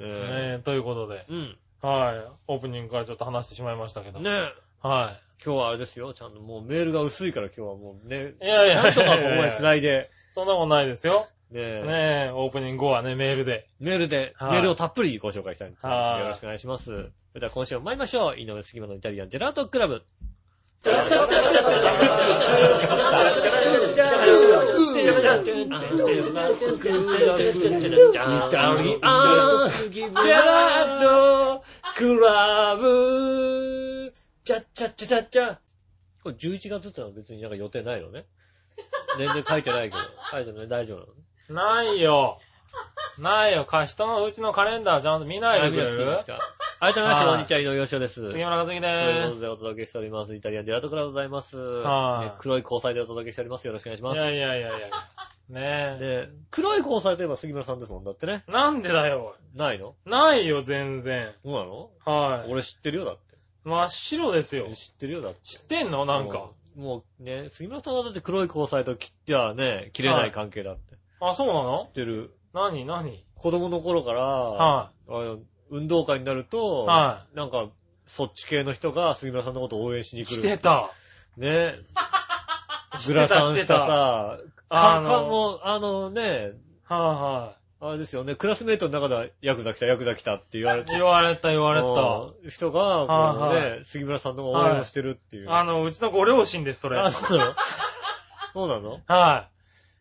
え
えということで
え。。うん。
はい。オープニングからちょっと話してしまいましたけど。
ね。え。
は
今日はあれですよ。ちゃんともうメールが薄いから今日はもう
[laughs]
ね。
い。いやいや、
なんとかこうお前繋いで。
そんなもんないですよ。
ね
ね
え。
え、オープニング後はね、メールで。
メールで、
はい
メールをたっぷりご紹介したいと思いま
は
す。
い
よろしくお願いします。それでは今週も参りましょう。井上杉村のイタリアンジェラートクラブ。これ11月ってのは別になんか予定ないのね。全然書いてないけど。書いてない、大丈夫なのね。
ないよ。ないよ。か、人のうちのカレンダーちゃんと見ないでくれ
ありがとうござい
る
ますありがとうございます。こんにちは、井上洋翔です。
杉村和樹で
というこ
ー
と
す。
でお届けしております。イタリアンジェラートクラブでございます。
はい
ね黒い交際でお届けしております。よろしくお願いしま
い
す。
やいやいやいや。ね
で、黒い交際といえば杉村さんですもん。だってね。
え。なんでだよ。
ないの
ないよ、全然。
そうなの
はい。
俺知ってるよ、だって。
真っ白ですよ。
知ってるよ、だって。
知ってんのなんか。。
もうね、杉村さんはだって黒い交際と切ってはね、切れない関係だって。
あ、そうな
知
の
ってる。
何何
子供の頃から、
は
あの運動会になる
い。
と、
は
なんか、そっち系の人が杉村さんのことを応援し
い。
に来
来
る。
てた。
ね。
[laughs] 知
グ
ってた
ラサン
知
し
って
た
た
さ、カ
あ
ン
の
カンも、あのね、
は
あれですよね、クラスメイトの中ではヤクザ来た、ヤクザ来たって言わ
いは
れ
い。
て。
言われた言われた。
た。人が、こう
はい
ね、杉村さんの応援をしてるっていう。
あの、うちのご両親です、それ。
あ、
は
そうなのそうなの
い。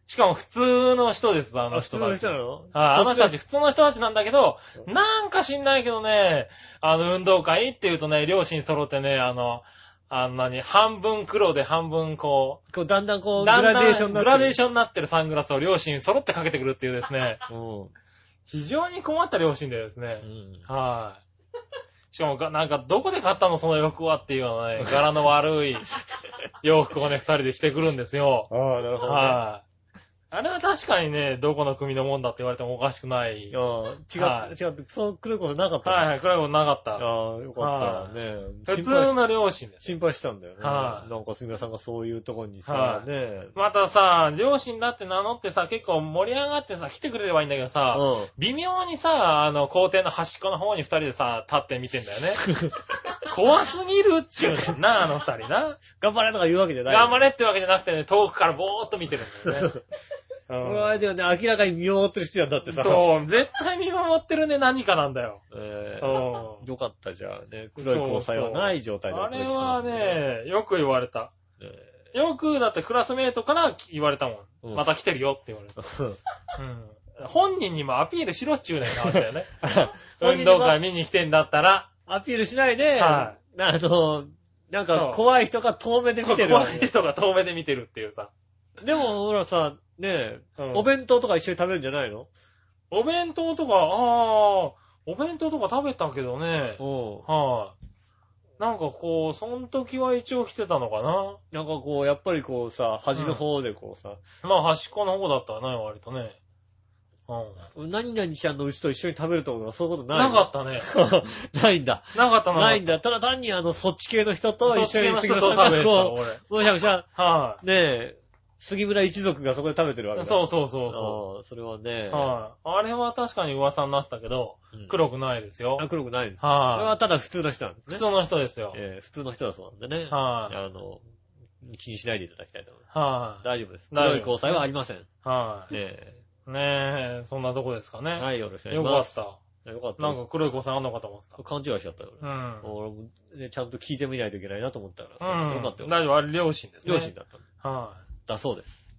しかも普通の人です、あ
あ
の
の
人
人
た
の
ち
人。なの
はいあの人た
ち。
ち、普通の人たちなんだけど、なんか知んないけどね、あの、運動会って言うとね、両親揃ってね、あの、あんなに、半分黒で半分こ
こう、だんだんこう、
う、
グラデーションにな
グ
ってる。
ラデーションになってるサングラスを両親揃ってかけてくるっていうですね、
ョ
非常に困った両親でですね
ン。う、ん。
はい。しかもが、なんか、どこで買ったのその洋服はっていうようなね、柄の悪い洋服をね、二人で着てくるんですよ。
ああ、なるほどね。
はあれは確かにね、どこの組のもんだって言われてもおかしくない。
違
は
う、違う、そう来ることなかった。
はい
い。
はい、これもなかっ
ああ、よかったね。
た。普
心配し
通の両親です。
心配したんだよね。
は
ないんか、すみさんがそういうとこに
は
さ、
い
ねえ。
またさ、両親だって名乗ってさ、結構盛り上がってさ、来てくれればいいんだけどさ、
う
微妙にさ、あの、校庭の端っこの方に二人でさ、立って見てんだよ [laughs] ね。怖すぎるっちゅうねんな、あの二人な。
頑張れとか言うわけじゃない。
頑張
れ
れってわけじゃなくてね、遠くからぼーっと見てるんだよね。
う
うん
わあ、でもね、明らかに見守ってる人やんだってさ。
そう、絶対見守ってるね、何かなんだよ。
ええ。
う
よかったじゃあね。黒い交際はない状態
ん。
で
あ
お
れ
届けし
は
たんでね。
ね、よく言われた。
え
よく、だってクラスメイトから言われたもん。
うん
また来てるよって言われた。
え
うん。本人にもアピールしろっちゅうねんな、あれ [laughs] だよね。
[laughs] [laughs] 本人にも
運動会見に来てんだったら、
アピールしないで、
は
あの、なん
そ
か
う
怖い人が遠目で見てるわ
怖
け
い人が遠目で見てるっていうさ。
でも、ほらさ、ねえ、
うん
お弁当とか一緒に食べるんじゃないの
お弁当とか、ああ、お弁当とか食べたけどね。
う
はい。なんかこう、その時は一応来てたのかな。
ん。なんかこう、やっぱりこうさ、端の方でこうさ、
まあ、端っこの方だったらね、割とね。うん。
何々ちゃんのうちと一緒に食べるとかそういうことない
なかったね。
た。ないんだ。
なかったな。
ないんだ。ただ単にあの、そっち系の人と
そ
一
っち
緒
系
に
の
杉
人
村さ
と食
ん
べ
が
てた、
こ
俺。
う、むしゃむしゃ、
は
ねえ、杉村一族がそこで食べてるわけ
い。
だ。う
そうそうそうそ
んそれはね
う。、はい。あれは確かに噂になってたけど、
うん
黒くないですよ。
あ黒くないです。これ
は
はただ普通の人なんです
い。
ね。
普通の人ですよ。
えー普通の人だそうなんでね。
は
あの、気にしないでいただきたいと思います。
い。はい。
大丈夫です。
大丈夫
黒い交際はありません。
はい。
え
ねえ、そんなとこですか
え
ね。
はい、よろしくお願いし
よか
ま
っ
す。
た。
よかった。
なんか黒い子さんあんのかと思ってた。
勘違いしちゃったよ。
うん。
俺俺も、ね、ちゃんと聞いてみないといけないなと思ったからさ。
う
よ
ん。
かったよ。
大丈夫、あれ両親ですね。
両親だったの。
は
だそうです。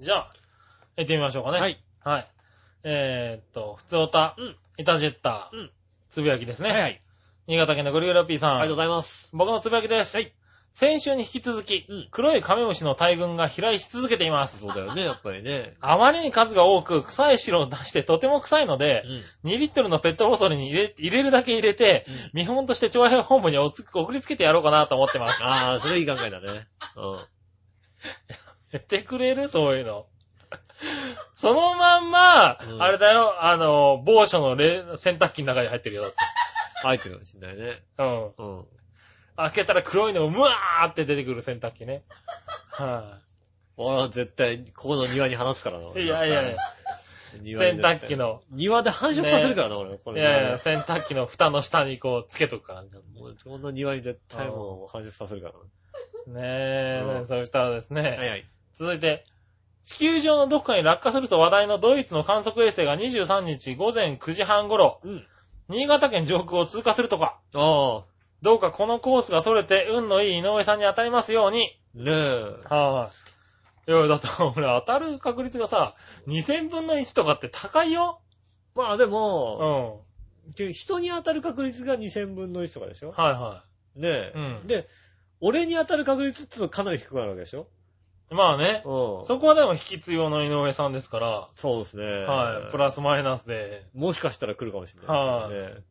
い。じゃあ、行ってみましょうかね。
はい。
はい。えーっと、普通おた、
うん
イタジェッター、
うん
つぶやきですね。
はいはい。
新潟県のぐるぐるピーさん。
ありがとうございます。
僕のつぶやきです。はい。先週に引き続き、
うん
黒いカメムシの大群が飛来し続けています。
そうだ [laughs] よね、やっぱりね。
あまりに数が多く、臭い汁を出してとても臭いので、
うん。
2リットルのペットボトルに入れ入れるだけ入れて、見本として調和平本部におつ送りつけてやろうかなと思ってます。
ああ、それいい考えだね。うん。
やってくれるそういうの。 [laughs] そのまんま、
うん
あれだよ、あの、某所の冷洗濯機の中に入ってるよ。だって
入ってるかもしんないね。
うん。
うん。
開けたら黒いのがムワーって出てくる洗濯機ね。は
俺は絶対、ここの庭に放つからな。[laughs]
い、
俺
いやいやいや、
庭
洗
に絶対
濯機。の、
庭で繁殖させるからな、俺。こ
い
れね
やいや、洗濯機の蓋の下にこうつけとくからね。
もう、この庭に絶対もう繁殖させるから
ねえ、
うん
そうしたらですね、
な。はい。
続いて、地球上のどこかに落下すると話題のドイツの観測衛星が23日午前9時半頃、
うん。
新潟県上空を通過するとか、
ああ、
どうかこのコースが逸れて運のいい井上さんに当たりますように、
ねえ。
はい。いや、だって俺当たる確率がさ、2000分の1とかって高いよ。
まあで
うん。
も、
は
人に当たる確率が2000分の1とかでしょ
いは
ねえ。
うん
で、俺に当たる確率ってかなり低くなるわけでしょ
い。まあね。
うん。
そこはでも引き強の井上さんですか
そうですね。
ら、はい。プ
ラ
ラスマイナスで。
もしかしたら来るかもしれないですね、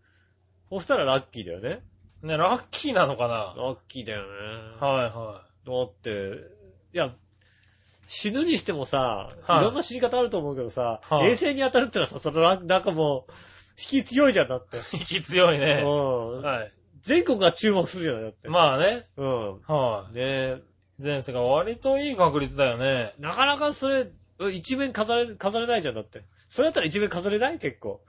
そしたらラッキーだよね。
ね、ラッキーなのかな
ラッキーだよね。
はいは
だって、いや、死ぬにしてもさ、
はい
い、ろんな死に方あると思うけどさ、
はい
衛星に当たるってのはさ、そのななんかもう、引き強いじゃんだ
[laughs]
って。
い。引き強いうね。
ん。
はい。
全国が注目するじゃないだって。
まあね。
うん。
はい。
ねえ、
前世が割といい確率だよね。
なかなかそれ、一面飾れ、飾れないじゃんだって。それだったら一面飾れない結構。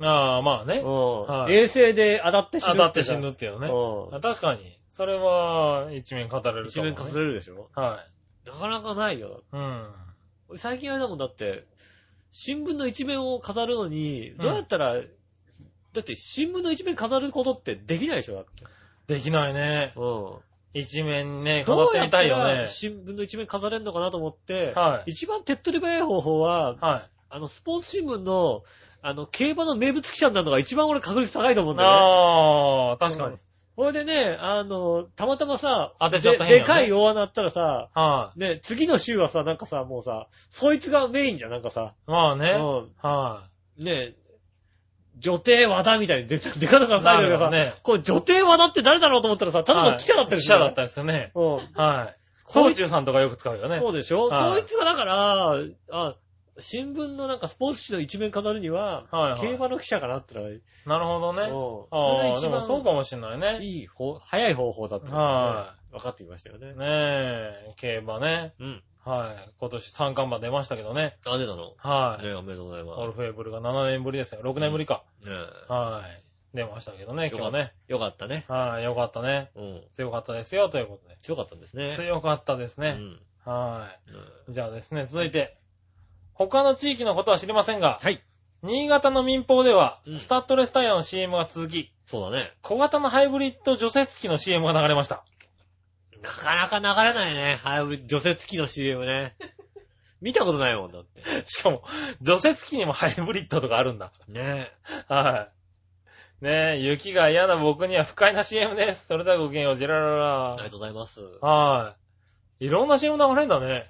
ああ、まあね。
う
は
ん。
い
衛星で当たって死ぬ
当たって死ぬっていう
ね。
ね。
う
あ確かに。それは、一面語れ
ん。
る
一
かも、ね。
面飾れるでしょ
は
なかなかないよ。
い。うん。
俺最近あれだもんだって、新聞の一面を飾るのに、どうやったら、だって新聞の一面飾ることってできないでしょだって。
できないね。
うん。
一面ね、飾
ど
っ
う
て
やっ
み
た
たいよね
ら。新聞の一面飾れるのかなと思って、
はい
一番手っ取り早い方法は、
は
あの、スポーツ新聞の、あの、競馬の名物記者になるのが一番俺確率高いと思う
い。
んだよね。
ああ、確かに。
これでね、あの、たまたまさ、
当てちゃった
で
変
で
なね
かい大穴あったらさ、
は
ね、次の週はさ、なんかさ、もうさ、そいつがメインじゃん、なんかさ。
い。まあ
う
ね。
ん。
は
ね、女帝和田みたいに出て、出方がないけど
な
さ、
るよね
こう女帝和田って誰だろうと思ったらさ、ただの記者だったり
い。記
する
者
ん
だ
よ
ったですよね。
うん。
はコーチューさんとかよく使うよね。
そうでしょ、
はい
そいつがだから、あ、新聞のなんかスポーツ紙の一面飾るには、
はいはい
競馬の記者かなってのは、
なるほどね。
うん
ああ、
そ
で
れが
も
一
そうかもしれない
番
ね。
いい方、早い方法だったの
は
ね。分かってきましたよね。
ねえ、競馬ね。
うん。
はい。今年3冠馬出ましたけどね。
あ、出たの
はい。
ねえおめでとうございま
オルフェーブルが7年ぶりですよ。6年ぶりか。
す。ね
はい。出ましたけどね、
え
今日ね。。
よかったね。
はい。よかったね。
うん。
強かったですよ、ということで。
強かったんですね。
強かったです
う
ね。
ん。
は
うん
い。じゃあですね、続いて。他の地域のことは知りませんが、
はい。
新潟の民放では
う、ん
スタッドレスタイヤの CM が続き、
そうだね。
小型のハイブリッド除雪機の CM が流れました。
なかなか流れないね。ハイブリッド除雪機の CM ね。 [laughs] 見たことないもんだって。
しかも、除雪機にもハイブリッドとかあるんだ。
ね
はい。ねえ、雪が嫌な僕には不快な CM です。それではごきげんよう、ジェラ
え。
ラ
ありが
ラ
とうございます。
はい。いろんな CM 流れんだね。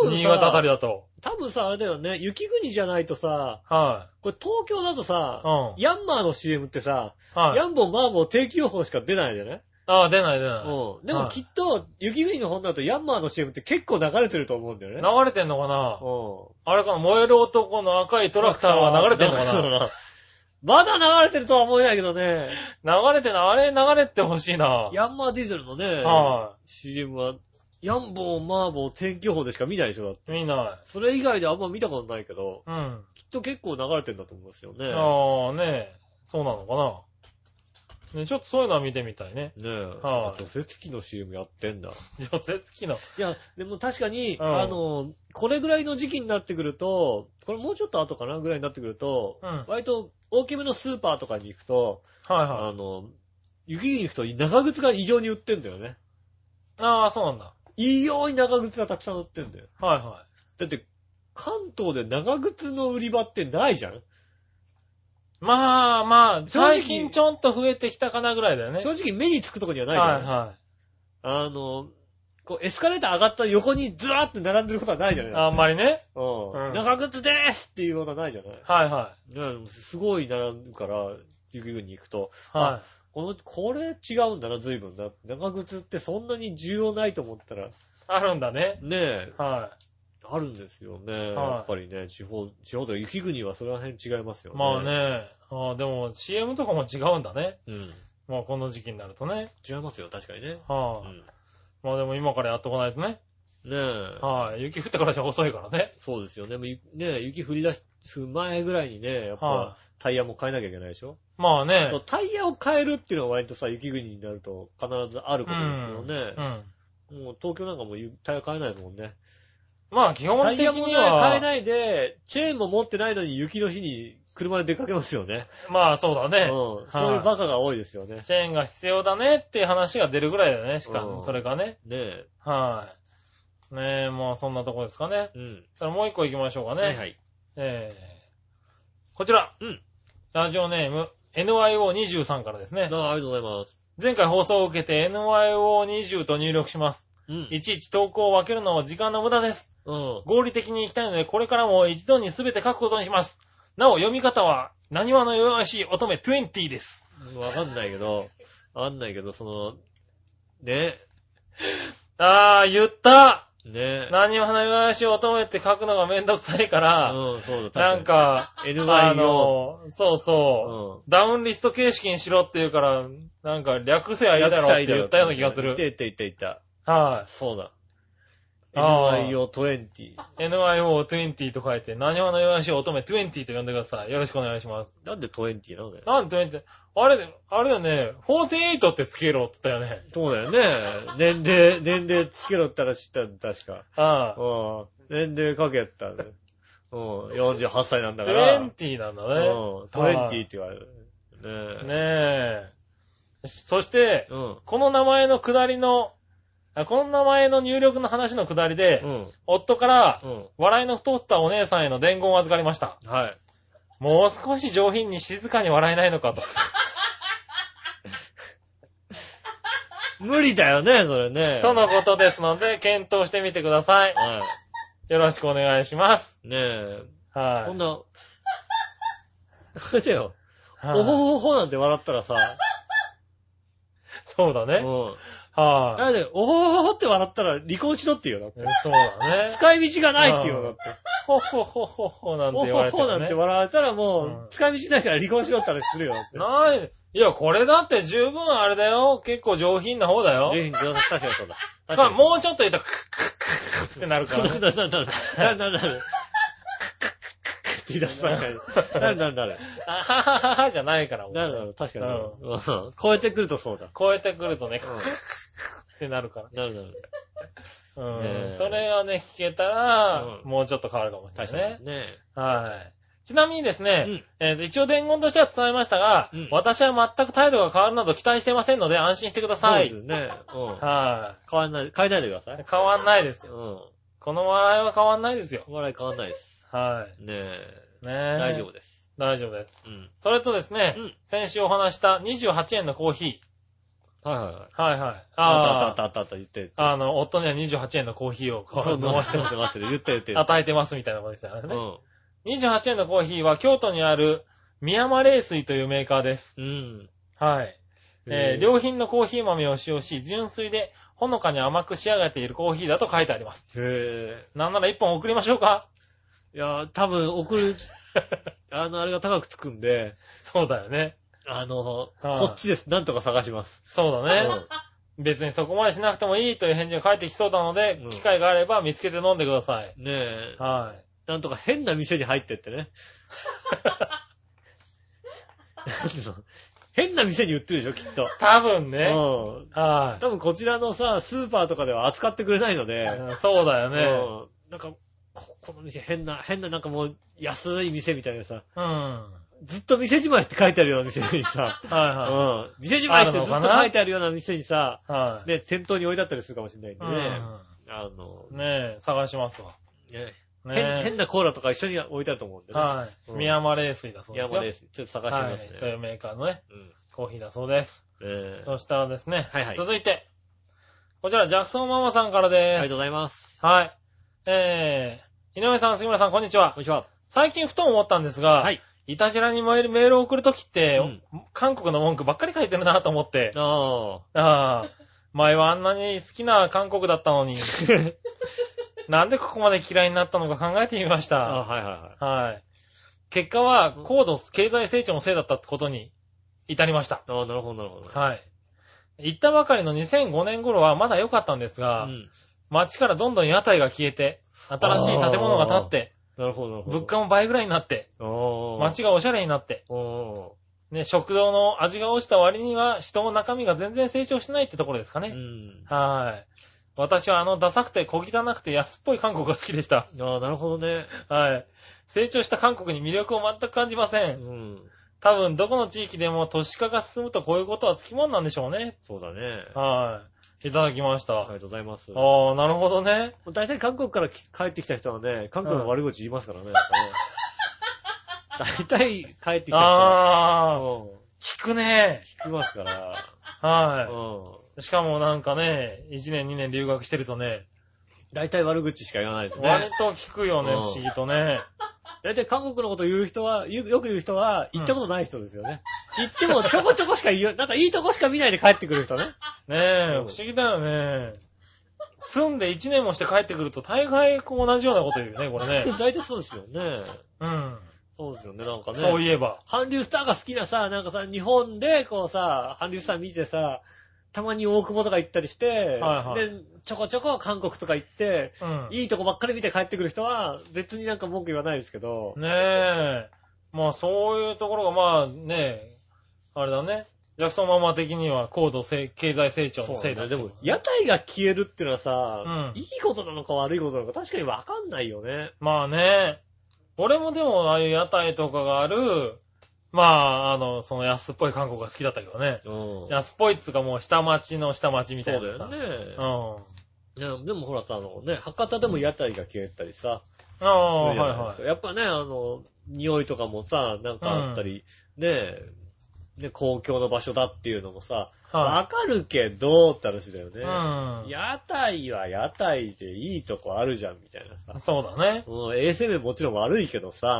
多分さ、
新潟あたりだと。
多分さ、あれだよね。雪国じゃないとさ、
は
これ東京だと
い。
さ
う、ん。
ヤンマーの CM ってさ、
はい。
ヤンボーマーボー定期予報しか出ないじゃない、
ああ、出ない出ない。
うん。でもきっと、雪国の本だとヤンマーの CM って結構流れてると思うんだよね。
流れてんのかな
う
あれかな、燃える男の赤いト
ん。
ラクターは流れてんの
流れて
か
るなまだ流れてるとは思えないけどね。
な流れてな、あれ流れてほしいな。
ヤンマーディーゼルのね、
は
CM は、ヤンボー、マーボー、天気予報でしか見ないでしょ。だって
い。見な
それ以外であんま見たことないけど、
い。うん。
きっと結構流れてんだと思うんですよね。
ああ、ねえ。そうなのかな。ねちょっとそういうのは見てみたいね。
ねえ。
はい
除雪機の CM やってんだ。
除雪機の。
いや、でも確かに、
うん
あの、これぐらいの時期になってくると、これもうちょっと後かなぐらいになってくると、
うん。はい
割と大きめのスーパーとかに行くと、あ
は
の、雪に行くと長靴が異常に売ってんだよね。
い。ああ、そうなんだ。
異様に長靴がたくさん売ってんだよ。
はいは
だって、関東で長靴の売り場ってないじゃん
い。まあまあ、
正直
最近ちょんと増えてきたかなぐらいだよね。
正直目につくとこにはな
はいい
じゃん。
はい。
あの、こう、エスカレーター上がった横にずらーって並んでることはないじゃない
あんまりね。
うん
うん
長靴でーすっていうことはないじゃない
はいは
ねでもすごい並ぶから、行くように行くと、
い。は
この、これ違うんだな、随分な。長靴ってそんなに需要ないと思ったら、ね
い。あるんだね。
え、
は
あるんですよね。
はい
やっぱりね、地方、地方で雪国はその辺違いますよ
い。
ね。
まあ。ね。ああ、でも CM とかも違うんだね。
うん。
まあこの時期になるとね。
違いますよ、確かにね。う
はあ。
ん。
まあでも今からやっとかないとね。
ねえ。
はい。雪降ってからじゃ遅いからね。
そうですよね。もうゆね雪降り出す前ぐらいにね、やっぱ
は
タイヤも変えなきゃいけないでしょ、
い。まあね。
そうタイヤを変えるっていうのは割とさ、雪国になると必ずあることですよね
う。ん。
もう東京なんかもうタイヤ変えないですもんね。
まあ基本
タイ
的
ヤ
に
もね、
は。
変えないで、チェーンも持ってないのに雪の日に車で出かけますよね。
まあそうだ
うん
ね。。
そういうバカが多いですよね。
チェーンが必要だねっていう話が出るぐらいだよね、しか
う
も。
ん
それがね。
ねえ。
はい。ねえ、もうそんなとこですかね。
うん。
そしたらもう一個行きましょうかね。
はいはい。
えーこちら。
うん
ラジオネーム、NYO23 からですね
あ。あありがとうございます。
前回放送を受けて NYO20 と入力します。
うん。
いちいち投稿を分けるのは時間の無駄です。
うん。
合理的に行きたいので、これからも一度に全て書くことにします。なお、読み方は、何話の弱々しい乙女20です。
わかんないけど、わかんないけど、その、ね、
あー、言った
ね。
何も花々しい乙女って書くのがめんどくさいから、
うん、そうだ、確か
な
に
んか、あ
NYO。
の、そうそう、ダウンリスト形式にしろって言うから、なんか略せばいいだろうって言ったような気がす
言
る。
った言った言った。
は
そうだ。
あー
NYO20。
い。NYO20 と書いて、何も花々しい乙女20と呼んでください。よろしくお願いします。
なんで20なのね
なんで20、あれ、あれだよね、48ってつけろって言ったよね。
そうだよね。年齢、年齢つけろったら知ったんだ確か。
ああ。
うん。年齢かけたね。うん。48歳なんだから。うん。
20なんだね。
20って言われる。ねえ。
ねえ。そして、
うん。
この名前の下りの、あこの名前の入力の話の下りで、
うん。
夫から、
うん。
笑いの太ったお姉さんへの伝言を預かりました。
はい。
もう少し上品に静かに笑えないのかと。
無理だよね、それね。
とのことですので、検討してみてください。
は
よろしくお願いします。
い。ねえ。
はい。
こんな、 [laughs] これだよ。
はい
おほほほなんて笑ったらさ、
そうだ
う
ね。
ん。
は
なので、おほほほって笑ったら離婚しろっていうよ、だっ
い、
て。
そうだね。
使い道がないっていうよ、だって。
ほほほほほなんて
お
言わ
ほ
れて、
ほなんて笑われたらも
うん
う、使い道ないから離婚しろって話するよ、だって。
ない。いや、これだって十分あれだよ。結構上品な方だよ。
ぜひ、確かにそうだ。
だ
確
から
かに
もうちょっと言ったら、クックックックってなる
う
からね、
なるなるなる。なるなるなる。って言い出すばっかり。なるなるなる。
あははははじゃないから、もう
なるなる、確かになる。うん超えてくるとそうだ。
超えてくるとね、クック
う
ッってなるから。
ん。なるなる。
うん。
ねえ
それがね、聞けたら、
う
もうちょっと変わるかもしれない
確
で
か
す
に
ね。
ね。
はい。ちなみにですね、
うん
えーと一応伝言としては伝えましたが、
うん
私は全く態度が変わるなど期待してませんので安心してください。
そうですね。うん。
は
変わんない、変えないでくださ
い
い。。
変わんないです
う
よ。
ん。
この笑いは変わんないですよ。
お笑い変わんないです。
は
ねえ。
い。ねえ。
大丈夫。です。
大丈夫です。
うん。
それとですね、
うん
先週お話した28円のコーヒ
はいはいはい。
ー。はいはい。
あっ
あ
たあったあったあった言って。
あの、夫には28円のコーヒーをこう
そう、
飲
飲ま
まし
してて待って待ってる。言って言ってる。
与えてますみたいなことでしたから
う
ね。
ん。
28円のコーヒーは京都にある宮間冷水というメーカーです。
うん。
はい。えー
へ
良品のコーヒー豆を使用し、純粋でほのかに甘く仕上げているコーヒーだと書いてあります。
へ
なんなら一本送りましょうか
え。いやー、多分送
[laughs]
る、あの、あれが高くつくんで、
そうだよね。
あの、
はい
こっちです。なんとか探します。
そう
う
だね
ん。
別にそこまでしなくてもいいという返事が返ってきそうなので、
うん
機会があれば見つけて飲んでください。
ねえ、
はい。
なんとか変な店に入ってって
[laughs]
ね。なんていうの変な店に売ってるでしょ、きっと。
多分
う
ね。
ん。
は
多分こちらのさ、スーパーとかでは扱ってくれないの
い。
で、
うんそうだよね。
うん。なんか、こ、この店変な、変ななんかもう安い店みたいなさ、
うん。は
ずっと店じまいって書いてあるような店に
[laughs]
さ、
いうは
ん。店じまいってずっと書いてあるような店にさ、
い。はい。
ね、店頭に置いてあったりするかもしれないんでね。
う
あの、
んねえ、探しますわ。
ね変変
ね
なコーラとか一緒に置いてあると思うんで
え。
ね。
はい。
うん
宮間冷水だそう
いや、
です
も
よ。
うです。ちょっと探してみます
はい。とい
ね。
うメーカーのね、
うん。
コーヒーだそうです。
えー
そしたらですね、
はいはい
続いて、こちら、ジャクソンママさんから
ありが
で
とうございます。
す。はい。えー、井上さん、杉村さん、こんにちは
こん。にちは。
最近ふと思ったんですが、
はい。
いたじらにメールメールを送るときって、
うん
韓国の文句ばっかり書いてるなと思って、
あ
ああ、前はあんなに好きな韓国だったの
[laughs]
に、 [laughs] なんでここまで嫌いになったのか考えてみまし
あ。あ
た。
はいはいはい。
はい。結果は、高度経済成長のせいだったってことに至りました。
ああ、なるほど、なるほど。
はい。行ったばかりの2005年頃はまだ良かったんですが、
うん。
街からどんどん屋台が消えて、新しい建物が建って、
なるほど、なるほど。
物価も倍ぐらいになって、
おー。
街がおしゃれになって、
お
ね、食堂の味が落ちた割には人の中身が全然成長しないってところですか
ー。う
ね。
ん。
はい。私はあのダサくて小汚くて安っぽい韓国が好きでした。
ああ、なるほどね。
はい。成長した韓国に魅力を全く感じませ。
うんん。
多分どこの地域でも都市化が進むとこういうことはつきもんなんでしょうね。
そうだね。
はい。いただきました。
ありがとうございます。
ああ、なるほどね。
大体韓国からき帰ってきた人はね、韓国の悪口言いますからね。大体帰ってきた人は、うん
ああ、聞くね。
聞きますから。う
は
ん
い。しかもなんかね、1年2年留学してるとね、
大体悪口しか言わないです
割
ね。
と聞くよね、
うん
不思議とね。
大体韓国のこと言う人は、言うよく言う人は、
うん
行ったことない人ですよね。行ってもちょこちょこしか言う、なんかいいとこしか見ないで帰ってくる人ね。
ねえ、不
うん
思議だよね。住んで1年もして帰ってくると大概こう同じようなこと言うよね、これね。
[laughs] 大体そうですよね。
うん。
そうですよね、なんかね。
そういえば。
韓流スターが好きなさ、なんかさ、日本でこうさ、韓流スター見てさ、たまに大久保とか行ったりして、
はいはい
で、ちょこちょこ韓国とか行って、
うん。
いいとこばっかり見て帰ってくる人は、別になんか文句言わないですけど、
ねえ。まあそういうところがまあねえ、あれだね。ジャクソンママ的には高度せ経済成長の
そ
せ
う
いだ
だ
っ
ね。
て
で
こ
も
と、
屋台が消えるってのはさ、
うん
いいことなのか悪いことなのか確かにわかんないよね。
まあね、俺もでもああいう屋台とかがある、まあ、あの、その安っぽい韓国が好きだったけどね。
うん
安っぽいっつうかもう下町の下町みた
そうだ
いなさ。
よね。
う
い
ん。
やでもほらさ、あのね、博多でも屋台が消えたりさ、
ああ、
する
はい
じゃないで
は
すかやっぱね、あの、匂いとかもさ、なんかあったり、ねえ、ね、公共の場所だっていうのもさ、
い。は
わかるけどって話だよ
い。
ね。
うん。
屋台は屋台でいいとこあるじゃん、みたいなさ。
そうだね。
うん、衛生面もちろん悪いけど
う
さ、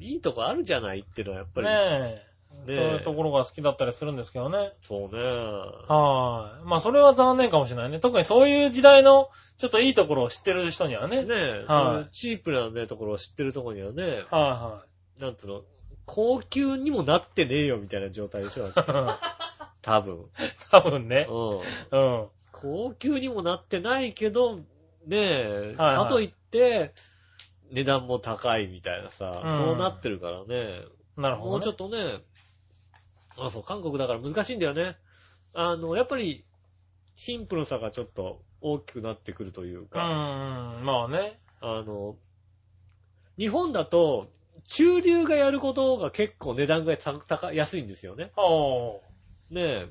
ん。
いいとこあるじゃないっていうのはやっぱり、
ねえ。そう
ね
いうところが好きだったりするんですけどね。
そうね。
はい。まあ、それは残念かもしれないね。特にそういう時代の、ちょっといいところを知ってる人にはね。
ねえ、
はい
そういうチープなね、ところを知ってるところにはね、
は
なんつうの、高級にもなってねえよみたいな状態で
[laughs]
しょ、
いはい。
多分。
多分ね。
うん。
うん。
高級にもなってないけど、ねえ、
はいはい
かといって、値段も高いみたいなさ、
うん
そうなってるからね。
なるほど、ね。
もうちょっとね、あ、そう、韓国だから難しいんだよね。あの、やっぱり、貧富の差がちょっと大きくなってくるという
うん
か、
うんうん。まあね。
あの、日本だと、中流がやることが結構値段が高高安いんですよね。
お
ねえ。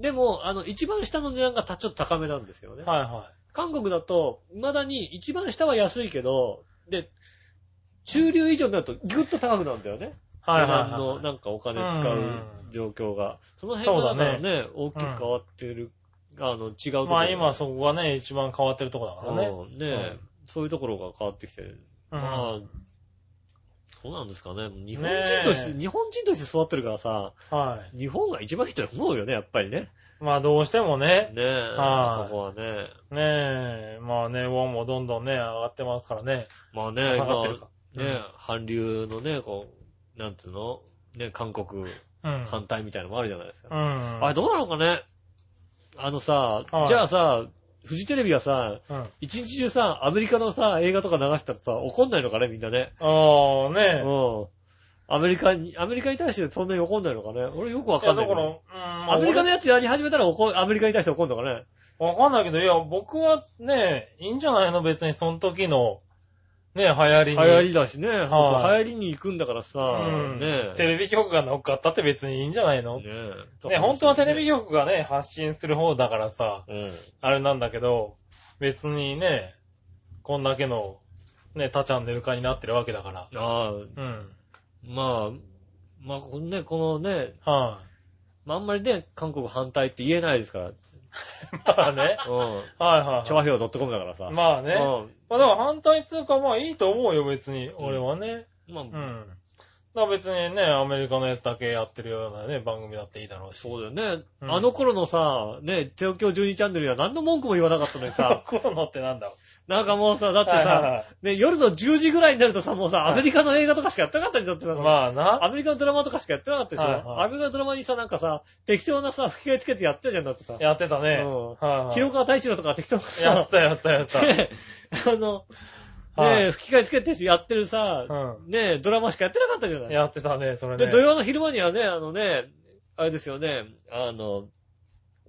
でも、あの、一番下の値段がたちょっと高めなんですよね
ー。。はいは
韓国だと、未だに一番下は安いけど、で、中流以上になるとギュッと高くなるんだよね。
い。はいはい、
値段の
は
なんかお金使う状況が。その辺
そ
が
う
だか
だ
ら
ね
ね、大きく変わってる、あの、違うとこ
い。
ろ。
まあ今そこがね、一番変わってるとこだからね。
うんねえ
うん
そういうところが変わってきてる。
うん
まあ、そうなんですかね。日本人として、
ねえ
日本人として育ってるからさ、
は
日本が一番いいと思うよね、やっぱりね。
い。まあどうしてもね
ね、え、
はい
そこはね。
ねえ、まあね、ウォンもどんどんね、上がってますからね。
まあね、
下がってる
今
か、
ね、韓流のね、こう、なんつうのね、韓国
うん。
反対みたいなのもあるじゃないですか。
うん。
あれどうなのかねあのさ
は、い
じゃあさ、フジテレビがさ、
うん。
一日中さ、アメリカのさ、映画とか流したらさ、怒んないのかねみんなね。
ああ、ね
う
え。
ん。アメリカに、アメリカに対してそんなに怒んないのかね俺よくわ
い
か
や
んな
だ
い
か
け
ら、う
ど。
ん、まあ
アメリカのやつやり始めたら怒、アメリカに対して怒んのかね
わかんないけど、いや、僕はね、いいんじゃないの別にその時の、ね、流行り
流
に。
行りだしね。流
はい
行りに行くんだからさ
う、ん。
ね
テレビ局が乗っかったって別にいいんじゃないの
ね
ね本当はテレビ
局
局がね、発信する方だからさ、
うん。
あれなんだけど、別にね、こんだけの、ね、他チャンネル化になってるわけだから。
ああ、
うん。
まあ、まあ、このね、このね、
は
まあ、あんまりね、韓国反対って言えないですから。うん。
い、まあね。はい
[laughs]
はい
調
は
和票 .com だからさ。
い。まあね。まあだから反対通過まあいいと思うよ、別に。
ん
俺はね。
うん。まあ、
うん。だから別にね、アメリカのやつだけやってるようなね、番組だっていいだろうし。
そうだよね。
うん、
あの頃のさ、ね、東京12チャンネルには何の文句も言わなかったのにさ
[laughs] コロナってなんだ
なんかもうさ、だって
はいはい
さ
は、
ね、夜の10時ぐらいになるとさ、もうさ、
はい
アメリカの映画とかしかやってなかったんだってさ、
まあな。
アメリカのドラマとかしかやってなかったでしょ、
はいはい
アメリカのドラマにさ、なんかさ、適当なさ、吹き替えつけてやってるじゃんだってさ、
やってたね。
うん
はいはい
広川大一郎とか適当な
やっ
さ、
たやったや [laughs] った。
ね [laughs] あの、
は
ね
い
え、吹き替えつけてやってるさ、
う
ねえ、ドラマしかやってなかったじゃない。
やってたね、それね。
で、土曜の昼間にはね、あのね、あれですよね、あの、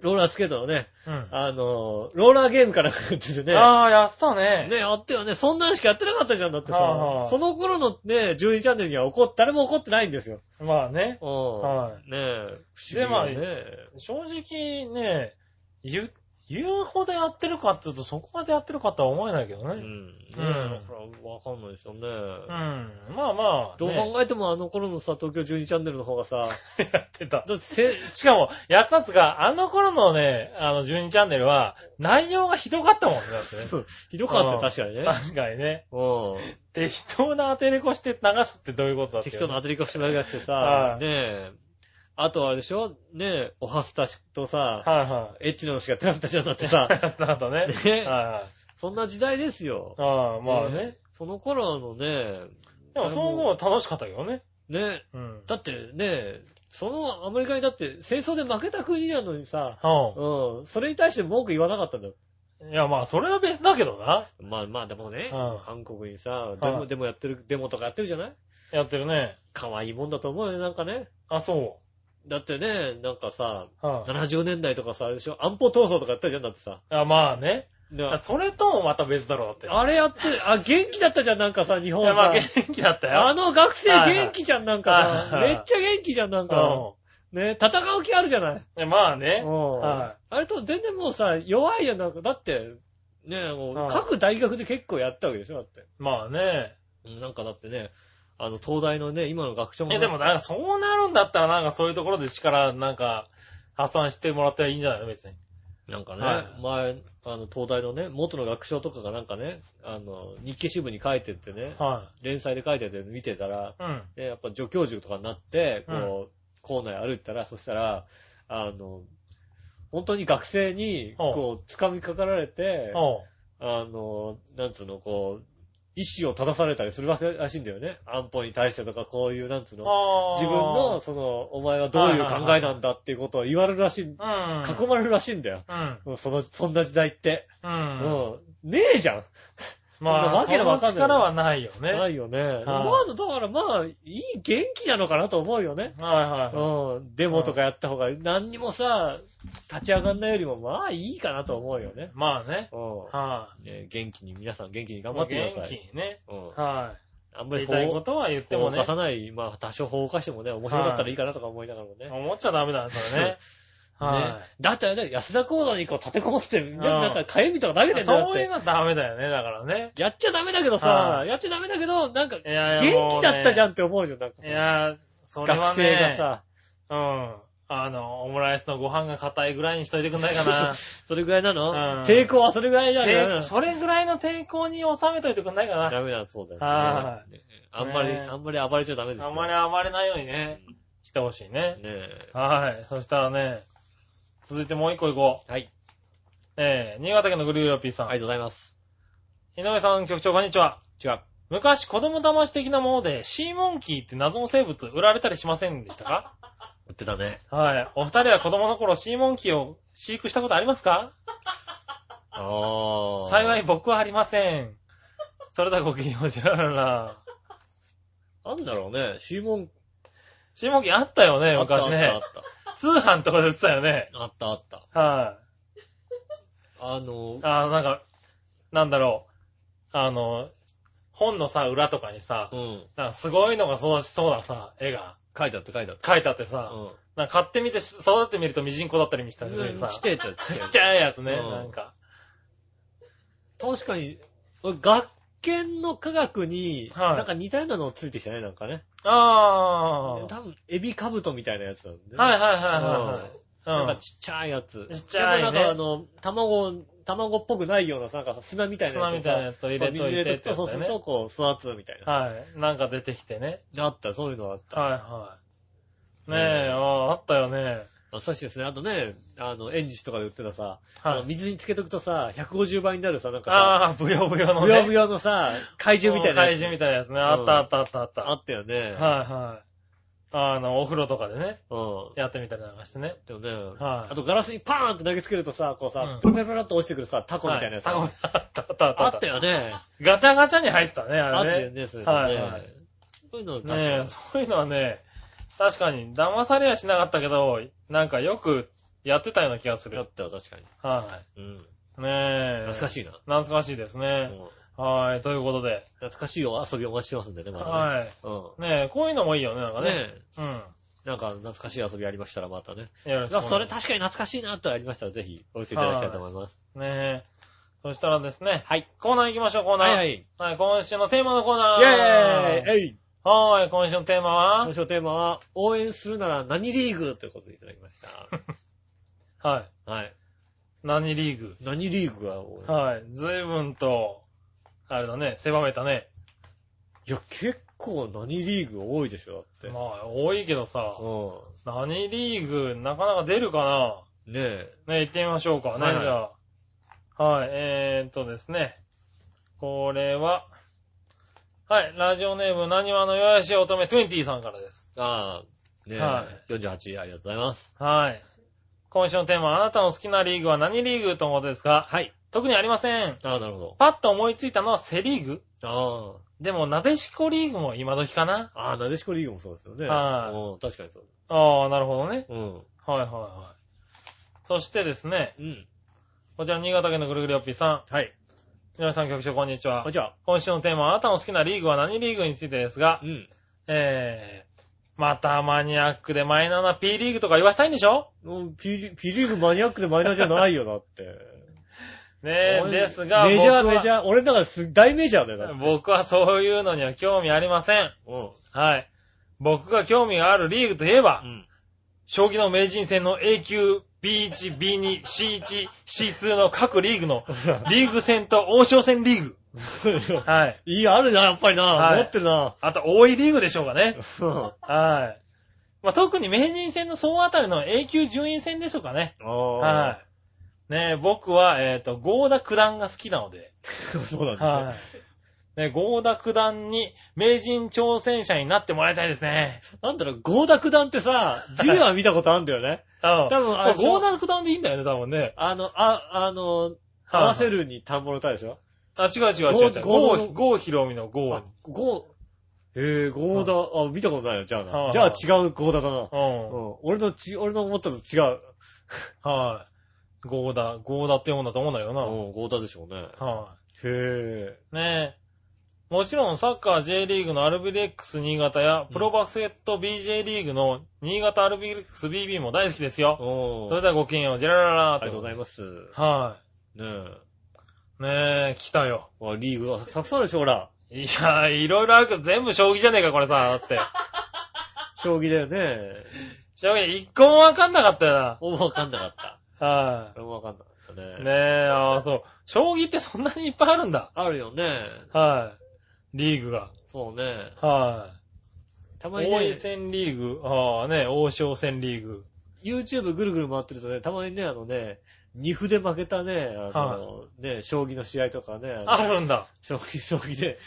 ローラースケートのね、
うん
あの、ローラーゲームから来っててね、
ああ、やってたね。
ねえ、あったよね、そんなんしかやってなかったじゃんだってさ、
はあはあ
その頃のね、12チャンネルには怒っ、誰も怒ってないんですよ。
まあね。
うん。
は
ねえ、不思議
でまあ
だね。
正直ね、言う、言うほどやってるかっていうと、そこまでやってるかとは思えないけど
うん。
ね。
ねえ、
うん
だからわかんないですよね。
うん。まあまあ、
どう
ね
考えてもあの頃のさ、東京12チャンネルの方がさ、
やってた。
だってせ、 [laughs]
しかも、やったやつが、あの頃のね、あの、12チャンネルは、内容がひどかったもんね、だってね。
そうひどかった、確かにね。
確かにね。
うん。
適当なアテレコして流すってどういうことだって、
適当なアテ
テ
リコしまいがしてさ
は、い
ねえ、あとはあれでしょねえ、おはスタとさ、
はい [laughs] は
エッチなのしかやってなかったじゃんだってさ
い。、 [laughs] やった後ね。
ね
は
そんな時代ですよ
いはい。。ああ、まあね。。
その頃のね、
でも、その後は楽しかったけどね。
ね、
うん。
だってね、そのアメリカにだって戦争で負けた国なのにさ、
う
うん、それに対して文句言わなかったんだよ。
ん。いや、まあ、それは別だけどな。
まあまあでもね
うん、
韓国にさ、デモ、
はい
デモやってる、デモとかやってるじゃない
やってるね。
可愛いもんだと思うよね、なんかね。
あ、そ
だってね、なんかさ、
う。はい。
70年代とかさ、あれでしょ安保闘争とかやったじゃんだってさ。
あ、まあね。
で
あそれともまた別だろうだって。
あれやって、あ、元気だったじゃん、なんかさ、日
い
本
や、まあ、
さ。
元気だった
あ
よ。
の学生
はいはい
元気じゃん、なんかさ。
はい
め
はい
っちゃ元気じゃん、なんか。ね、戦う気あるじゃない。
うん。いやまあね。
うん
は
あれと全然もうさ、弱いやん、なんか。だって、ね、も
は
う、
い
各大学で結構やったわけでしょ、だって。
まあね。
うんなんかだってね、あの、東大のね、今の学長も
え、
ね。
でもなんかそうなるんだったらなんかそういうところで力なんか発散してもらったらいいんじゃないの別に。
なんかね、
はい
前、あの、東大のね、元の学長とかがなんかね、あの、日経支部に書いてってね、
は
連載で書いてて見てたら、
い。うん。
で、やっぱ助教授とかになって、こう、校内歩いてたら、そしたら、あの、本当に学生に、
おう
こう、掴みかかられて、
おう
あの、なんつうの、こう、意思を正されたりするわけらしいんだよね。安保に対してとか、こういう、なんつうの、
あー
自分の、、その、お前はどういう考えなんだっていうことを言われるらしい、
うん。
囲まれるらしいんだよ。
う
う
ん。
んその、そんな時代って。う
うん。
ん。ねえじゃん
まあ、
わけのわかんない
その力はないよね。
な
はい
いよね。まあ、だからまあ、いい元気なのかなと思うよね。
は
うん。デモとかやった方が、何にもさ、立ち上がんないよりも、まあいいかなと思うよね
い。。まあね。
う
は
ん。ね元気に、皆さん元気に
い。
頑張ってくだ
元
さ
気
い。
にね。
うん。
は
あん
い。
ま
言
り
いたい
法
こ
を
とは言っても
犯
ね
さ。ない、まあ多少法を犯してもね、面白かったらいいかなとか思いながらもね。
[laughs] 思っちゃダメなんだよね。
ね
は
だってね、安田講座にこう立てこもって、ね
ん
なんかかゆみとか投げて
い。
んだよ。
そういう
だって
のはダメだよね、だからね。
やっちゃダメだけどさ
は、
やっちゃダメだけど、なんか、
いやいや、
元気だったじ
ゃ
ゃんって思うじゃん、なんかさ
いや、それは
学生が
ね、
さ、
うん。あの、オムライスのご飯が硬いぐらいにしといてくんないか
[laughs]
な。
それぐらいなの
うん
抵抗はそれぐらいじゃない
でそれぐらいの抵抗に収めといてくんないかな。
ダメな、そうだよ
は
ねね。あんまり、
ね
あんまり暴れちゃダメですよ。
あんまり暴れないようにね、してほしいね。
ねえ。
はい。そしたらね、続いてもう一個行こう。
はい。
えー、新潟県のグリューラピーさ
あ
ん。
りがとうございます。
井上さん、局長、こんにちは。
違う。
昔、子供騙し的なもので、シーモンキーって謎の生物、売られたりしませんでし
[laughs]
たか
売ってたね。
はい。お二人は子供の頃、シーモンキーを飼育したことありますか
ああ。
幸い。僕はありません。それではごきげんよう、じゃららら。
なんだろうね。シーモン、
シーモンキーあったよね、
あったあ
昔
ったあっ
ね。通販とかで売ってたよね。
た。あったあった。
はい。
あの、
あの、なんか、なんだろう。あの、本のさ、裏とかにさ
う、ん。
なんかすごいのが育ちそうなさ、絵が
書いてあった書いてあっ
書いてあって
た。
さ、
うん。
なんか買ってみてし育ててみるとミジンコだったりみたいな
うんち
さ
っ、ちゃいやつだちっちゃいや
ち [laughs] っ
つ
ちゃいやつね、
うん
なんか。
確かに、俺学研の科学に、
はい
なんか似たようなのついてきたね、なんかね。
あ
多
ー。
分、エビカブトみたいなやつなんで、ね。
はいはいはい
な
は
ん
い
か
はい。
ちっちゃいやつ。
ちっちゃいね
でもなんかあの、卵、卵っぽくないようなさ、なんか砂みたいな
砂みたいなやつを入れと
水入
いて
れ
ってて
おくと、
やつ
そう
だ
す
よ
る
ね
と、。こう、育つみたいな。
はい。なんか出てきてね。
あった、そういうのあった。
はいはい。ねえ、あーあったよね。
あそしてですね、あとね、あの、エンジとかで売ってたさ、あ
は
の
い。
水につけとくとさ、150倍になるさ、なんかさ、
あー、ぶよぶよのね。
ぶよぶよのさ、怪
怪
獣みたいなやつ。
獣みたいなやつね。あったあったあったあった。
あったよね。
はいはい。あの、お風呂とかでね、
うん。
やってみたりなんかしてね。
でもね、
は
あ
い
とガラスにパーンって投げつけるとさ、こうさ、
うん
ペラペラっと落ちてくるさ、タコみたいなやつ。
はいああったあったあった
あ
あ
っ
ったた。
よね。
ガチャガチャに入ってたね、
あ
あ
っ
れ
た
ね
よ。ね、それね。
はいはい
そういうの確かに
ねえ、そういうのはね、確かに騙されはしなかったけど、なんかよくやってたような気がす
あ
る
っ。たよ、確かに。
は
うん。
い。ねえ。
懐か
い。
しいな。
懐かしいです
う
ね。
ん
はい、ということで。
懐かしいお遊びお待ちしてますんでね、まだね。
は
う
い。ねえ、こういうのもいいよね、なんか
ん。
ね。
ねえ、
うん。
なんか懐かしい遊びありましたらまたね。
よろしくお願いします。
それ確かに懐かしいなとありましたらぜひお寄せいただきたいと思います。
ねえ。そしたらですね、
はい。
コーナー行きましょう、コーナー。
はいはい。
はい、今週のテーマのコーナ
イェ
ー。
ーイえい
はーい、今週のテーマは
今週のテーマは、応援するなら何リーグということでいただきました。
はい。
[laughs] はい。
何リーグ
何リーグが応援
はい。随分と、あれだね、狭めたね。
いや、結構何リーグ多いでしょ、だって。
まあ、多いけどさ、
う
何リーグ、なかなか出るか
ん。ねえ。
なね、行ってみましょうかね、
はいはい
じゃあ。はい、えーっとですね。これは、はい、ラジオネーム、何はのよやし乙女20さんからです。
ああ、ねえ。
は
48、ありがとうございます。
はい。今週のテーマ、あなたの好きなリーグは何リーグとのことですが、
はい。
特にありません。
ああ、なるほ
パッと思いついたのはセリーグ
ど。ああ。
でも、なでしこリーグも今時かな
ああ、なでしこリーグもそうですよね。
はい
うん、確かにそう。
ああ、なるほどね。
うん。
はいはいはい。そしてですね、
うん。
こちら新潟県のぐるぐるよっぴーさん。
はい。
皆さん局長こんにちは
あ、。じゃあ、
今週のテーマはあなたの好きなリーグは何リーグについてですが
う、ん。
えー、またマニアックでマイナーな P リーグとか言わしたいんでしょ
うん P リ P リーグマニアックでマイナーじゃないよ、だって。
ねえ、
俺
ですが、
メジャー、メジ
ャ
ャー。俺の中です大メジャーだよ、だって。
僕はそういうのには興味ありません。
うん。
はい。僕が興味があるリーグといえば、
うん。
将棋の名人戦の A 級、B1、B2、C1、C2 の各リーグの、
[laughs]
リーグ戦と王将戦リーグ。はい。
いい、あるな、やっぱりな。
[laughs] はい
持ってるな。
あと、多いリーグでしょうかね。
うん
はまあ、特に名人戦の総あたりの永久順位戦でしょうかね。
ああ。
はい。ねえ僕は、えっ、と、ゴーダ九段が好きなので、
そうなんですね。
はい。ね、ゴーダ九段に名人挑戦者になってもらいたいですね。
なんだろう、合濁弾ってさ、ジュは見たことあるんだよね。
う
多
ん。
分あれでしょ
ゴーダ九段でいいんだよね、多分ね。
あの、あ、あの、合わせるに田んぼの田でしょ
あ、違う違う違う違う。
ゴ
ゴ
ー
ー、ゴーヒロミのゴー
あ。、ゴー、へえ、ゴーダ、あ、見たことないよ、じゃあ
は
な。
い
じゃあ違うゴーダだな。
うん
う。ん。俺のち、俺の思ったのと違う。
はい。ゴーダ、ゴーダって読んだと思うんだけど
う
な。は
ん、ゴーダでしょうね。
い。
へ
ねえ。もちろんサッカー J リーグの RBX 新潟や、プロバスケット BJ リーグの新潟 RBXBB も大好きです
え。
よ。
お
それ
ー。
ではごきげんよう、ジェラララ
あ
ー
りがとうござ
い
います。ね
ます。は
え。
い。ねえ、来たよ。
あリーグはたくさんあるでしょ、ほら。
いやいろいろあるけど、全部将棋じゃねえか、これさ、だって。
将棋だよね。
将棋、一個もわかんなかったよな。
俺もわかんなかった。
は
俺もわかんなかったね。
い。ねえ、ああ、そう。将棋ってそんなにいっぱいあるんだ。
あるよね。
はい。リーグが。
そうね。
はい。
たまに
大江
ね、
戦リーグ、ああね、王将戦リーグ。
YouTube ぐるぐる回ってるとね、たまにね、あのね、二歩で負けたね、あの、ね、将棋の試合とかね、の
あるんだ。
将棋、将棋で、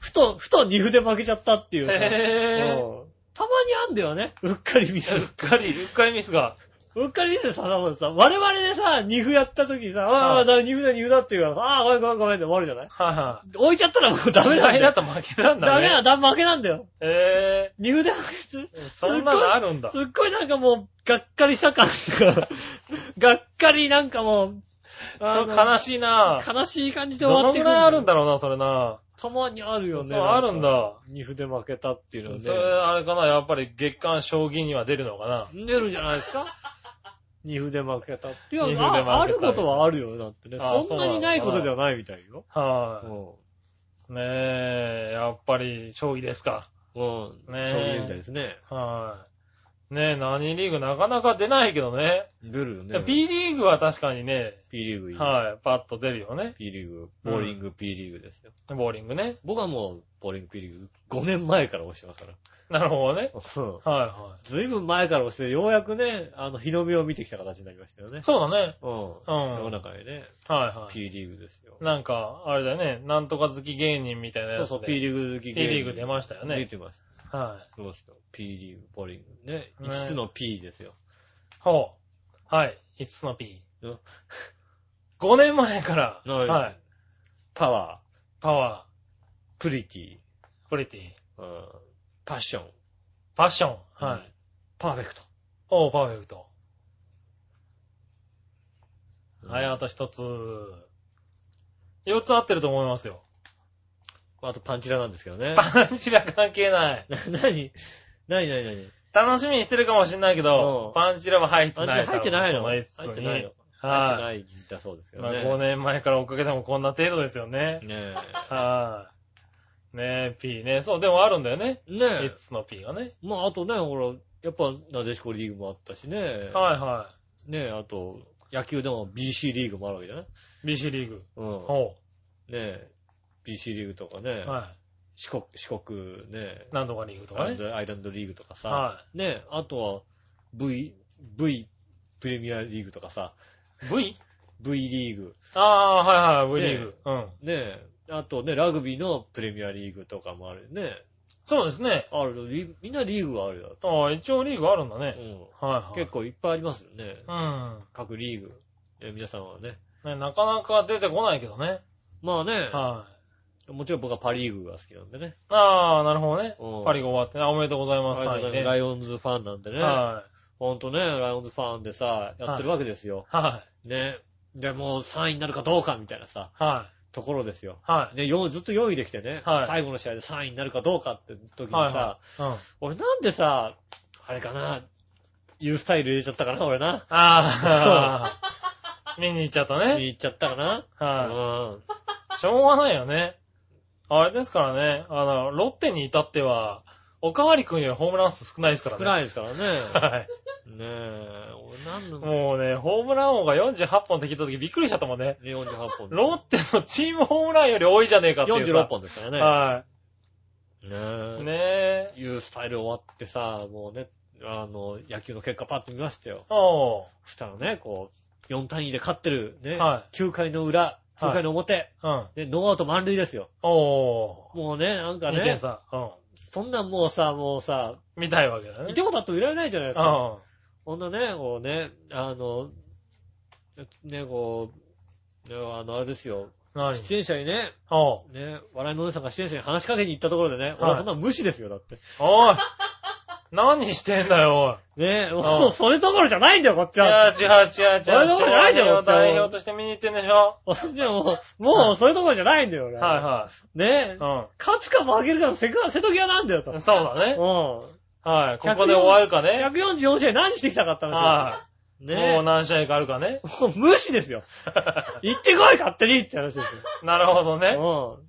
ふと、ふと二歩で負けちゃったっていうさ
へぇー。
うんたまにあんだよね。うっかりミス
う。っかり、うっかりミスが。
うっかりミスでさ、なんかさ我々でさ、二歩やった時にさ、あ
は
あ、
い
だ二歩だ二歩だって言うからさ、ああ、ごめんごめんごめんって終わるじゃない
はいはい。
置いちゃったらもうダメなんだ
だ
よ。
と負けなんだね。
ダメなんだ、負けなんだよ。
へ
二歩で負けつ
ぇー。そんなのあるんだ。
すっごいなんかもう、がっかりした感が、がっかりなんかもう、あ
そう
の
悲しいな
悲しい感じで
ど
終わ
の
って
ぐ
く
らいあるん
だ
だろうな、それな。
たまにあるよ
そう、
ね。
ある
な
ん
んか。
だ。
二歩で負けたっていうの
それ、
は
あれかな、やっぱり月間将棋には出るのかな。
ね。出るじゃないです
[laughs]
か。二歩で負けたってい
二歩
う
で負けた
ああることはあるよね、だってね。
あ
そんなにないことではないみたいよ。う
は
ん。
い。ねえ、やっぱり将棋ですか。
うん。
ねえ
将棋みたいですね。
はい。ねえ、何リーグなかなか出ないけどね。
出るよ
ね
ね。
P リーグは確かにね、
P リーグいい。
はい、パッと出るよね。
P リーグ、ボーリング P リーグですよ。
ボーリングね。
僕はもう、ボーリング P リーグ5年前から押してますから。
なるほどね。
うん
はいは
ずいぶん前から押して、ようやくね、あの、日の目を見てきた形になりましたよね
い。。そうだね。
うん。
うん。
世の
はい
中にね、
は
P リーグですよ
い。。なんか、あれだよね、なんとか好き芸人みたいな
そ
や
う
つ
そう、
で。
P リーグ好き
P リーグ出ましたよ
出
ね。
てます。
はい。
そうですよ。P リーグ、ボーリング。ね、5つの P ですよ。
ほう。はい。5つの P
うん。
5年前から、
はい
はい。
パワ
パワ
ー、プリティ、
ー、プリティ、
うんパッション、
パッション。はい。
パーフェクト。
おう、パーフェクト。
うん
はい、あと1つ。4つ合ってると思いますよ。
あとパンチラなんですけどね。
パンチラ関係ない。
[laughs] な、なに、なになになに
楽しみにしてるかもしんないけ
うん
ど、パンチラは入って
パンチ
な
ラ
い。
入ってないの
多
入
分
っ
そ
て
の5つに
ないの。入って
は
ないだそうですけ
い。ま
ど
あ
ね。
5年前から追っかけてもこんな程度ですよね。 [laughs]
ね
はい。ねえ、P ね。そう、でもあるんだよね。
え。ねえ
5。つの P がね。
まあ、あとね、ほら、やっぱ、なでしこリーグもあったしね。
はいは
ねえ、あと、野球でも BC リーグもあるわけじゃない
い。BC リーグ。
うん。
ほ
ねえ、BC リーグとかね、
う。は
四国、四国ね
い。、何度かリーグと
ア
か
イラン
ね。
ドアイランドリーグとかさ、
は
ねえ、あとは V、V プレミアリーグとかさ、
い。V?
V リーグ、
ああ、はいはい、V
ねえ
リーグ。うん。
ねえ、あとね、ラグビーのプレミアリーグとかもあるよね。
そうですね。
ある、リみんなリーグはあるよ。
ああ、一応リーグあるんだ
うん。
ね。はいはい。
結構いっぱいありますよね。
構。
各リーグ。え皆さんはね。
うん。ね、なかなか出てこないけどね。
まあね、
はい。
もちろん僕はパリーグが好きなんでね。
ああ、なるほどね
うん。
パリが終わってね。あおめでとうございます。
あ
3
れだ
位
ね
ね。
ラ
はい。
イオンズファンなんでね。
は
ほんとね、ライオンズファンでさ、やってるわけですよ。
い。は
ね。で、もう3位になるかどうかみたいなさ、
い。は
ところですよ。
い。
ね、4ずっと4位できてね、
はい
最後の試合で3位になるかどうかって時にさ、
はいはうん。あ
俺なんでさ、あれかな、ユースタイル入れちゃったかな、俺な。
あ、見に行っちゃった
見
ね。
に行っちゃったかな。
は
うん。
い。しょうがないよね。あれですからね。あの、ロッテに至っては、おかわりくんよりホームラン数少ないですから
少
ね。
ないですからね。
はい。
ねえ、俺なんの、
もうね、ホームラン王が48本って聞いた時びっくりしちゃったもんね。
48本です。
ロッテのチームホームランより多いじゃねえかっていうさ。
46本ですからね。
は
ねえ
い。ねえ。
いうスタイル終わってさ、もうね、あの、野球の結果パッと見ましたよ。
おー。
そしたらね、こう、4対2で勝ってる、ね、
は
9回の裏、9回の表、
うん。
で、ノーアウト満塁ですよ。
お
もうね、なんか
ー。2点
ね、
差。うん。
そんなんもうさ、もうさ、
見たいわけだね。
いてこたっていられないじゃないです
う
か。
ん。
こんなね、こうね、あの、ね、こう、ねあの、あれですよ、
何
出演者にね、
おう。
ね、笑いのお姉さんが出演者に話しかけに行ったところでね、俺はそんなの無視ですよ、だって。 [laughs]
おい何してんだよ、おい。
ね、
ん
もうそれどころじゃないんだよ、こっち
違う
は。
違う違う違う。
そんなことないよ
日本代表として見に行ってんでしょ
こっちはもう、もうそれどころじゃないんだよ、俺。
は
ね
い、は
勝つか負けるかの瀬戸瀬戸際なんだよ、
い。う
と
ん。。そうだね。
う
はい。ここで終わるか
ん。
ね。
144試合何してきたかったんですよ。
は
ね
い。もう何試合かあるかね。
もう無視です
[laughs]
よ。行ってこい、勝手にって話です
なるほどね。
よ。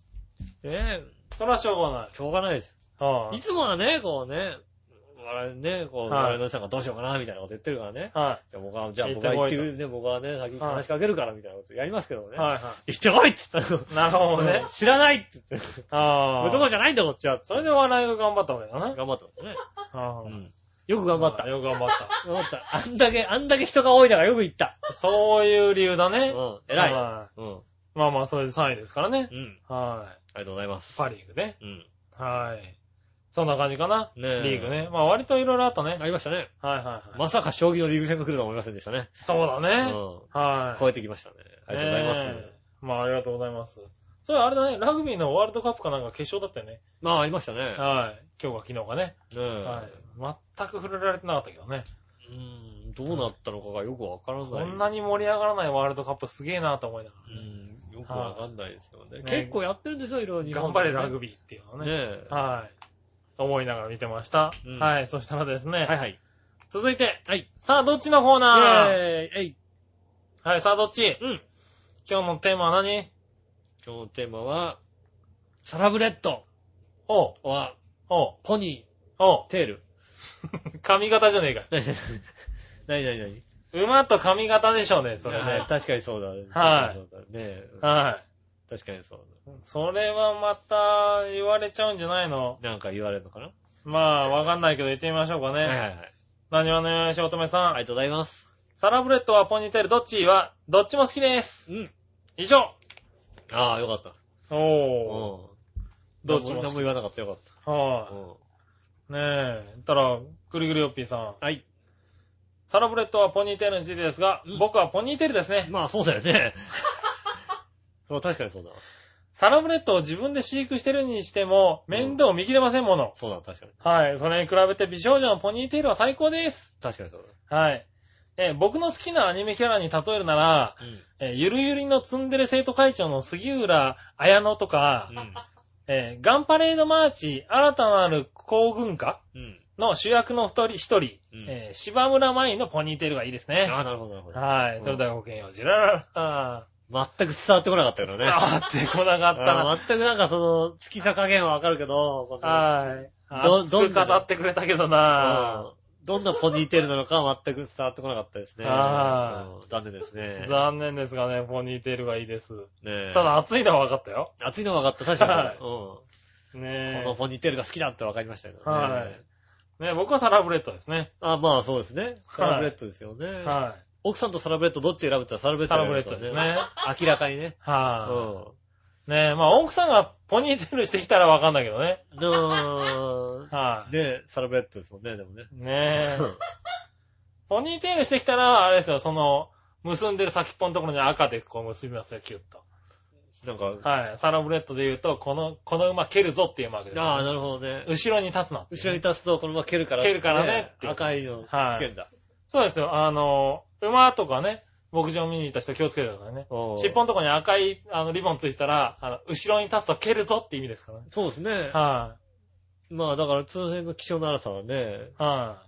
うん。ね
それはしょうがない。
しょうがないです。
はい
つもはね、こうね、我々ね、こう、
は
我
い
々の人がどうしようかな、みたいなこと言ってるからね。
い。は
じゃあ僕は、じゃあ
行っ
僕
て
は行
こ
っ
いと
てくるね、僕はね、先に話しかけるから、みたいなことやりますけども
い。
ね。
は
行ってこいって言ったの。
い。なるほどね。
知らないって言って。
ああ。
男じゃないんだ、こっちは。
それで笑いが頑張ったわけだな。
頑張ったもんね。う
うん
ん。よく頑張った。
よく頑張っ
頑張った。あんだけ、あんだけ人が多いだからよく行った。
た。そういう理由だ
う
ね。
ん。偉い。
は
うん。うん。
い。まあまあ、それで3位ですからね。は
ありがとうございます。
い。パリーグね。
うん。
はい。そんな感じかな。
ねえ
リーグね。まあ割といろいろあったね。はい
ありましたね。
はいはい。
まさか将棋のリーグ戦が来るとは思いませんでしたね。
そうだ
うん。
ね。はい。
超えてきましたね。ありがとうございます。
ねえまあありがとうございます。それあれだね、ラグビーのワールドカップかなんか決勝だったよね。
まあ、ありましたね。
はい。今日か昨日かね。
ねえ
はい。全く触れられてなかったけどね。
うーん、どうなったのかがよくわからない。
こんなに盛り上がらないワールドカップすげえなと思いなが
う
らね。
ん、よくわかんないですよね。
い
結構やってるんですよ、いろいろ。
頑張れラグ
ビ
ビーっていう
ー
のね。
ね。ね
はい。思いながら見てました。
うん
はい。そしたらですね。
え。はいはい。
続いて。
はい。
さあ、どっちのコーナー
イェーイえい。
はい、さあ、どっち
うん。
今日のテーマは何
今日のテーマは、サラブレッド
おう、
は、
おう、
ポニ
おう
ー、。テール。 [laughs]
髪型じゃねえかよ。
なになになになに
馬と髪型でしょうね、それ
はい
ね。
確かにそうだね。
はい
確かにそうだねえ。
は
確かにそう
い。それはまた言われちゃうんじゃないの
だ。なんか言われるのかな
まあ、わかんないけど言ってみましょうか
はいはいは
ね。
い。
何はのよしおとめさ
あり
ん。
がとうございます。
サラブレッドはポニーテールどっちは、どっちも好きです。
うん。
以上。
ああ、よかった。
おー。
うん。
どっちも
何も
好き。
言わなかったよかっ
は
た。うん。
い。ねえ。たら、ぐりぐりよっぴーさん。
はい。
サラブレッドはポニーテールについてですが
うん、
僕はポニーテールですね。
まあそうだよ [laughs] ね。そう確かにそうだわ。
サラブレッドを自分で飼育してるにしても、面倒を見切れませんもの。
そうだ、確かに。
はい。それに比べて美少女のポニーテールは最高です。
確かにそう
はい。えー、僕の好きなアニメキャラに例えるな
だ。
ら、えー、ゆるゆりのツンデレ生徒会長の杉浦綾乃とか
う、ん。
えー、ガンパレードマーチ新たなる行軍歌
うん。うん。
の主役の一人、一人、
うん
えー、芝村舞のポニーテールがいいですね。
ああ、なるほど、なるほど。
はい。それではごきげんよう。ジラララ。
全く伝わってこなかったけどね。
伝わってこなかった
あ
な。
ー全くなんかその、月さ加減はわかるけど、この
はい。
ど
熱
ど
く
んな
語ってくれたけど
う
な
んどんなポニーテールなのかは全く伝わってこなかったですね。
あ
うん残念ですね。
残念ですがね、ポニーテールがいいです。
ねえ
ただ、暑いのは分かったよ。
熱いのは分かった、確かに。うん
ね
このポニーテールが好きだって分かりましたけどね。
はいえ。ね僕はサラブレッドですね。
あまあそうですね。サラブレッドですよね。
は
奥さんとサラブレッドどっち選ぶって言ったらサラブレ
い。
ッド
サ
選ぶ
ラブレ
ん
ッド
よ
ですね。
明らかにね。う
は
ん。
い。ねまあ、奥さんがポニーテールしてきたら分かんないけどね。
うーん
はい。
で、サラブレッドですもんね、でもね。
ねえ
う。ん
ポニーテールしてきたら、あれですよ、その、結んでる先っぽのところに赤でこう結びますよ、キュッと。
なんか、
はい。サラブレッドで言うと、この、この馬蹴るぞっていうマークです。
ああ、なるほどね。
後ろに立つなっていうね。
後ろに立つと、このまま蹴るから。
蹴るからねっていう
赤いのつけんだ。
そうですよ。あの、馬とかね、牧場見に行った人気をつけてくださいね。
おう
尻尾のとこに赤いあのリボンついてたら、あの、後ろに立つと蹴るぞって意味ですからね。
そうですね。
は
まあだから、その辺の気象の荒さはね、
い、は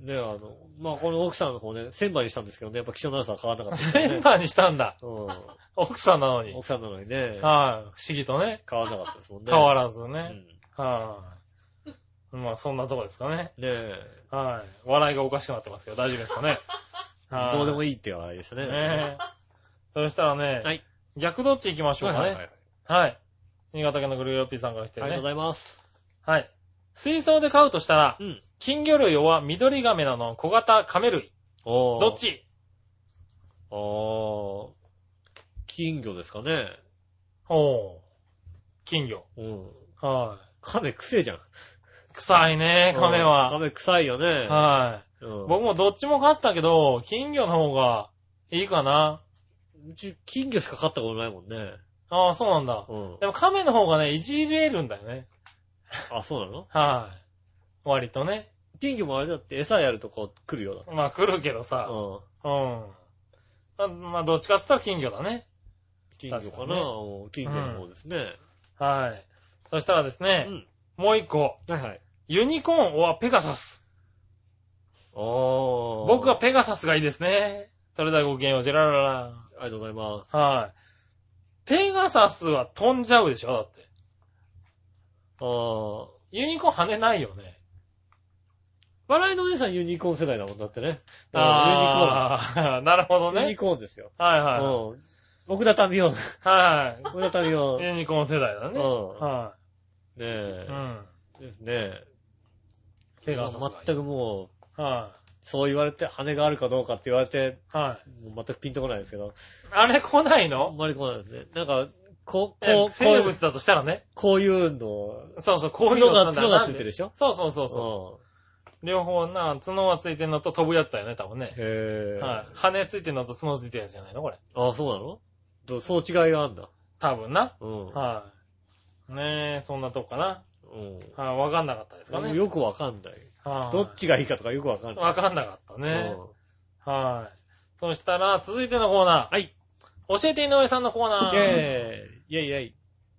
ね、あの、まあこの奥さんの方ね、1000番にしたんですけどね、やっぱ気象の荒さは変わらなかっ
い、
たですよ
メン
ね。
バーにしたんだ。
う
奥さんなのに。
ん。
はい、
奥さんなのにね、
不思議とね。
変わらなかったですもんね。
変わらず
ら
ね。はい、まあ、そんなとこですかね。
ねえ。
はい、笑いがおかしくなってますけど、大丈夫ですか
[laughs]
ね。はい、
どうでも
い
いいっていう話でしたね。
いね。そしたらね、
はい
逆どっち行きましょうか
は
ね。はいい
はいはい
新潟県のグルーピーさんから来て
あ
る
りがとう
ね
ご。ざいます。
はい。水槽で飼うとしたら、
うん。
金魚類は緑亀なの小型亀類。
おー
どっち
あー。金魚ですかね。
おー。金魚。
うん。
は
亀臭いじゃん。
い。臭いね、亀
うん
は。
亀臭いよね。
は
う
い。
ん
僕もどっちも飼ったけど、金魚の方がいいかな。
うち、金魚しか飼ったことないもんね。
ああ、そうなんだ。
うん。
でも亀の方がね、いじれるんだよね。
あ、そうなの
はい。割とね。
金魚もあれだって餌やるとこ来るよ。だって
まあ来るけど
う
さ。
ん。
うん。まあ、まあどっちかって言ったら金魚だね。
金魚か
確か
な
にね
うん金魚の方ですね。
はい。そしたらですね、
うん
もう一個。
はいはい。
ユニコーンはペガサス。
おー。
僕は、ペガサスがいいですね。それではごきげんよう、ジェラララ。
ありがとうございます。
はい。ペガサスは飛んじゃうでしょだって。
あー。
ユニコーン羽ないよね。
笑いのお姉さんユニコーン世代だもんだってね。
ああ、なるほ
ユ
ど
ニコーン。ユニ
ね。
コーンですよ。
はいうは
ん。奥田民生。
い。はい
奥田民
[laughs] はい。
生。
ユニコーン世代だ
う
ね。
ん。
は
ね
い。
え
う。ん。
ですね。
ペガサスがいい。
全くもう、
は
そう言われて、羽があるかどうかって言われて、
い。はい。
もう全くピンとこないですけど。
あれ来ない
あん
の
まりこうなんですね。なんか、こう、こう、こうい
生
う
物、だとしたらね。
こういうの、
そうそう、こういう
角
な
が、
んだ
角がついてるでしょ
そうそうそうそう。両方な、角がついてるのと飛ぶやつだよね、多分ね
うん。。へぇー。
はい。羽ついてるのと角ついてるやつじゃないのこれ。
あ、そうなのどそう違いがあんだ。
多分な。
うん。
はい。ねえ、そんなとこかな。
うん。
はい、わかんなかったですか
俺も
ね。
よくわかんない。
はい
どっちがいいかとかよくわかんない。
わかんなかったね
う。ん
はい。そしたら、続いてのコーナー。はい。教えて井上さんのコーナ
イ
ー。
ェーイ。イェイイェイ。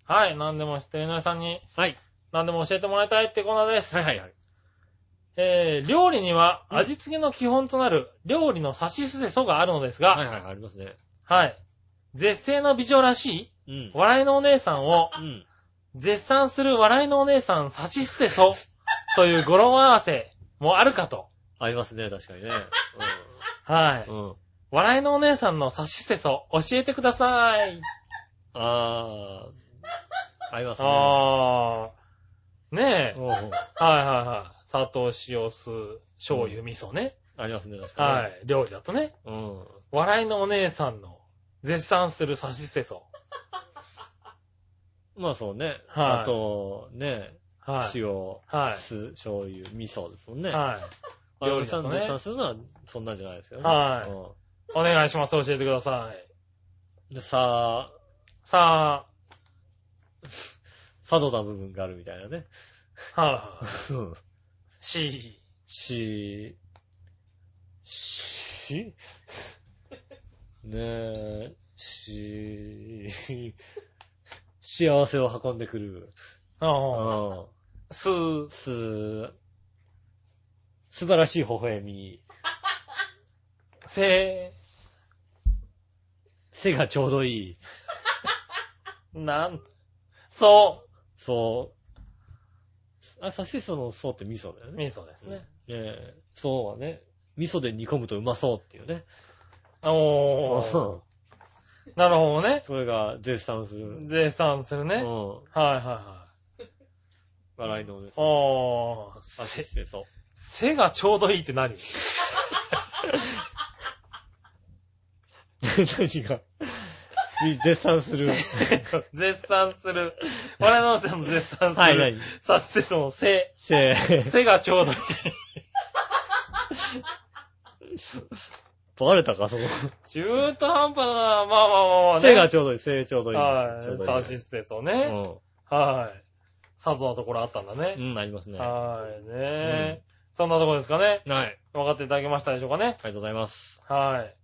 はい。何でも知ってる井上さんに
はい。
何でも教えてもらいたいってコーナーです。
はいはいはい。
えー、料理には味付けの基本となる料理の差しすせそがあるのですが、
はいはい、ありますね。
はい。絶世の美女らしい
うん。
笑いのお姉さんを
うん。
絶賛する笑いのお姉さん差し捨
[laughs]
てそという語呂合わせもあるかと。
ありますね、確かにね。
は
う
い。
ん。うん。
笑いのお姉さんの差し捨てそ教えてください。
あー。ありますね。
あー。ねえ。
うんうん
はいはいはい。砂糖、塩、酢、醤油、味噌ね。
ありますね、確かに。
は。い。料理だとね。
うん。
笑いのお姉さんの絶賛する差し捨てそ。
まあそうね。
はい
あと、ね、
はい。
塩、
は
酢、醤油、味噌ですもん
い。
ね。
はい。
い料理さん
料理だ
と絶
とね
賛するのは、そんなんじゃないですよね。
はい
い。
お願いします。教えてください。
で、さあ、
さ
さぞな部分があるみたいなね。
あ、はぁ、
うん。
し、
し、し、ねえ、し、幸せを運んでくる。う
ああ、
ん。
す、は
す、素晴らしい微笑み。
せ、
背がちょうどいい。
なん、そ
そう。あ、さしその、そうって味噌だよ
う、
ね。
味噌ですね。
ええそうはね、味噌で煮込むとうまそうっていうね。
おー、
[laughs] そ
なるほどね。
れが絶賛する。
絶賛する
う
ね。はい
ん。
はいは
笑いのです
い。。おー、
あ、
せ、
してそう。
背がちょうどいいって何 [laughs]
[laughs] 何が絶賛する。
絶賛する。我々のせの絶賛する。
はい、何
さしてその背、
せ
背がちょう
[laughs]
どいい。
バレたか、そこ。
中途半端だな。まあまあまあまあね。
背がちょうどいい、背ちょうどいい
は
です。ちょう
い。
どい
さ
いで
し
す。
捨てそう
う
ね。
ん。
はい。さぞのところあったんだね。
うん、ありますね。は
はい、ねえ、そんなとこですかね。
い。あり
分かっていただけましたでしょうかね。
がとうございます。
はい。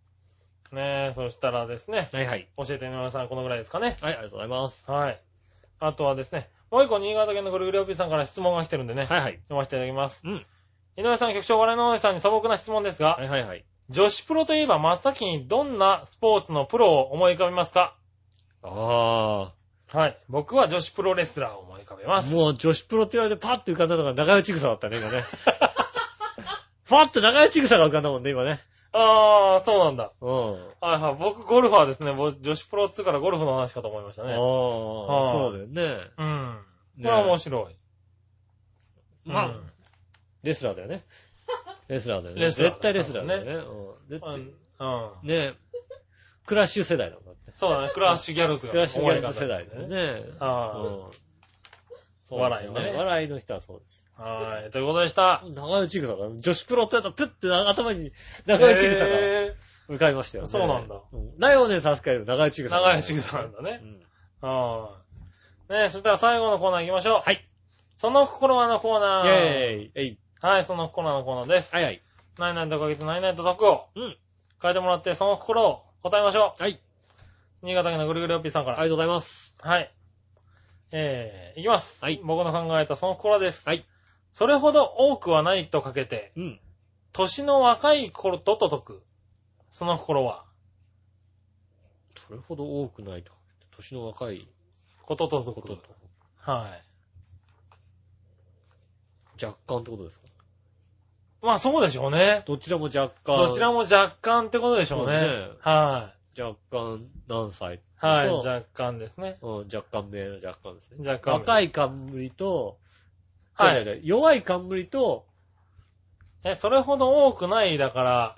ねえ、そしたらですね、
はいはい。
教えて井上さんこのぐらいですかね。
はい、ありがとうございます。
はい。あとはですね、もう一個新潟県のぐるぐるおぴーさんから質問が来てるんでね、
はいはい。
読ませていただきます。
うん。
井上さん、局長、我々のおじさんに素朴な質問ですが、
はいはいはい。
女子プロといえば真っ先にどんなスポーツのプロを思い浮かべますか
あ
はい。僕は女子プロレスラーを思い浮かべま
あ。
す。
もう女子プロって言われてパッと浮かんだのが長与千草だったね、今ね。 [laughs] パッと長与千草が浮かんだもんね、今ね。
あー、そうなんだ。
うん。
はいはい。僕、ゴルファーですね。ぼ女子プロ2からゴルフの話かと思いました
あ
ね
あ。、
は
そ
いう
だよね。
うん。こ
ね
れは面白い。
まあ
うん
レスラーだよね。レスラーだよね。
レスラー
絶対レスラーだよね。うん絶
う
対
ん。うん。
ねえクラッシュ世代なんだって。
そうだね、クラッシュギャルズが。
クラッシュギャルズ世代だよね。
あー
うんそ
お
うで
笑
す
い
よ
を
ね。
ね。
笑いの人はそうです。
はい。ということでした。
長内千草が、女子プロってやったら、プッて頭に長内千草が
へ
浮かびましたよね。
そうなんだ
う。だよね、助かる長内千
ー
草。
長いしぐさなんだね
う。ん。
はい。ねそしたら最後のコーナー行きましょう。はい。その心はのコー
イ
ナ
ェ
ー。
ーイ。えい。
はい、その心はのコーナーです。
はいはい。
何々とかけて何々と得を
うん。
書いてもらって、その心を答えましょ
はい。
う。新潟県のぐるぐるおっぴーさんか
あ
ら。
りがとうございます。
はい。えー、いきます。
はい
僕の考えたその心です。
はい。
それほど多くはないとかけて、
うん。
年の若い頃とと解く。その心は、
それほど多くないと。年の若い
ことと解
こ
く。
とと。
はい。
若干ってことですか
まあそうでしょうね。
どちらも若干。
どちらも若干ってことでしょう
そう
ね。
ね
は
若干何歳
い。はい。
と
若干ですね。
うん、若干名の若干ですね。
若干。
若
い。
い冠と、
はい
違う違う違う弱い冠と、
え、それほど多くないだから、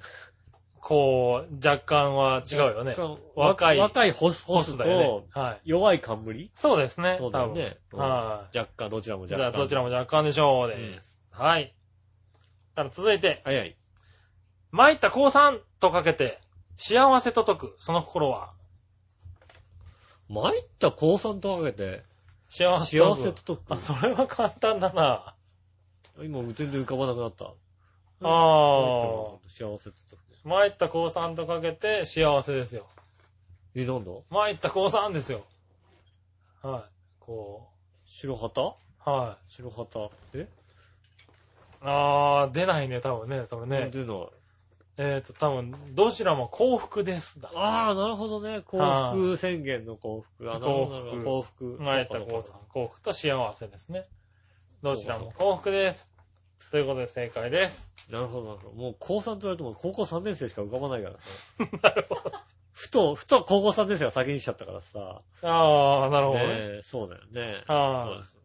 こう、若干は違うよね。
若
若い
若いホス
ホ
ホス
スだよね
と、。
はい。
弱い冠
そうですね。
そうだよね。
多
うん
分。はい。
若干、どちらも
じ
若干。
ゃあ、どちら
も。
も若干でしょうです。はい。だから続いて、
はいはい。
参った降参とかけて、幸せと解く、その心は、
参った高3とかけて、
幸せと
幸
解
せ
く。
と解
あ、それは簡単だな。
く。今、全然浮かばなくなった。うん
ああ。
幸せと解く。
参った降参とかけて、幸せですよ。
え、なんだ
参った降参ですよ。はい。こ
白旗
う。は
白旗。え
い。あー、出ないね、多分ね、それね。
出ない。
えーと、多分、どちらも幸福ですだ。
ああ、なるほどね。幸福宣言の幸福。あ、なるほどなるほど。幸福。
参った幸
そう
福幸福と幸せですね。どちらも幸福です。ということで正解です。
なるほど、なるほど。もう高3と言われても高校3年生しか浮かばないからさ。
[laughs] なるほど。
ふと、ふと高校3年生が先に来ちゃったからさ。
ああ、なるほどね。
ねえ、そうだよね。そう
は
で
い。
す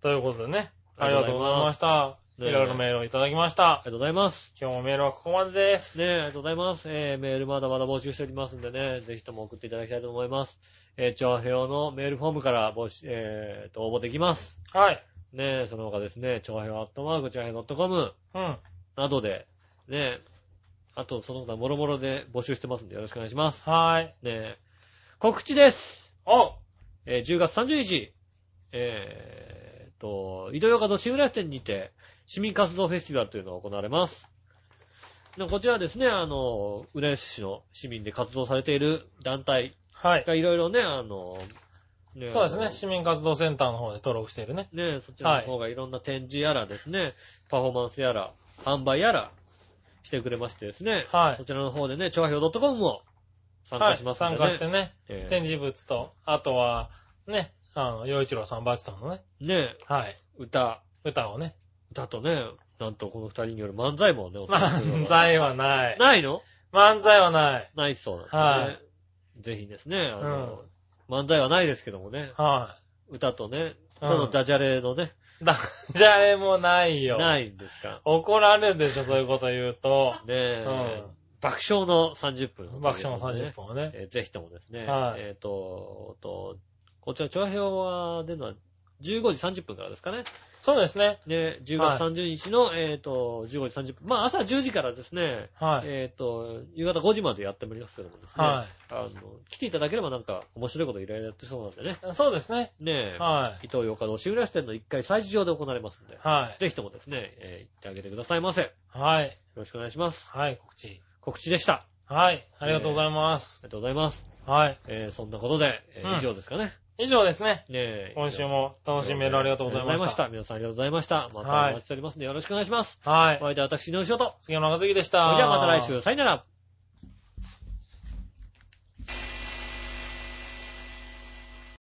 ということでね。あ
あ
り
り
が
が
と
と
う
うご
ござ
ざ
い
い
ま
ま
した。い
ねえ
ろいろメールをいただきまし
あ
た。
りがとうございます。
今日もメールはここまでです。
ねえ、ありがとうございます。えー、メールまだまだ募集しておりますんでね、ぜひとも送っていただきたいと思います。えー、調和表のメールフォームから募集、えー、と、応募できます。
はい。
ねえ、その他ですね、調和表アットマーク、調和表 .com
うん。
などで、ねえ、あとその他もろもろで募集してますんでよろしくお願いします。
はい。
ねえ、告知です
お
えー10月30日、えー、と、井戸洋華堂新浦店にて、市民活動フェスティバルというのが行われます。でこちらはですね、あの、浦安市の市民で活動されている団体
はい。
がいろいろね、あの、ね
そうですね。市民活動センターの方で登録しているね。
ね、そちらの方がいろんな展示やらですね、パフォーマンスやら、販売やらしてくれましてですね、
はい
そちらの方でね、調和表 .com も参加します
は
ん
い
でね。
参加してね。
えー
展示物と、あとは、ね、あの、洋一郎さん、バチさんのね。
ね、
はい。
歌、
歌
[laughs]
をね。
だとね、なんとこの二人による漫才もね、お届けするのが
漫才はない。
ないの
漫才はない。
ないそうなんで
は
ね。ぜひですね、あの、漫才はないですけどもね、
は
歌とね、
う
た
ん
だダジャレのね、
い。ダジャレもないよ。
ないんですか。
怒られるでしょ、そういうこと言うと。
ねえ
うん、
爆笑の30分。
爆笑の30分をね。
えー。ぜひともですね、
はい
えっと、と、こちら、長編は出るのは15時30分からですかね。
そうですね。
ね、10
はい
月30日の、えっと、15時30分。まあ、朝10時からですね、
はい。
えっ、と、夕方5時までやっておりますけどもですね。
は
あの、来ていただければなんか面白いこといろいろやってそうなんでね。
い。そうですね。
ねえ。
は
伊藤洋華堂渋谷支店の1階催事場で行われますんで
い。。はい。
ぜひともですね、えー行ってあげてくださいませ。よ
はい。
ろしくお願いします。
はい、告知。
告知でした。あ
はい。ありがとうございます。
りがとうございます。
はい。
えー、そんなことで、えー
うん
以上ですかね。
以上ですね。
ねえ。
今週も楽しいメールありがとうございました。
ありがとうございました皆さんありがとうございました。またお待ちしておりますんでよろしくお願いします。
は
お相
い。
手は私、井上翔と。
杉山和樹でし
そ
た。
れじゃあまた来週、さよなら。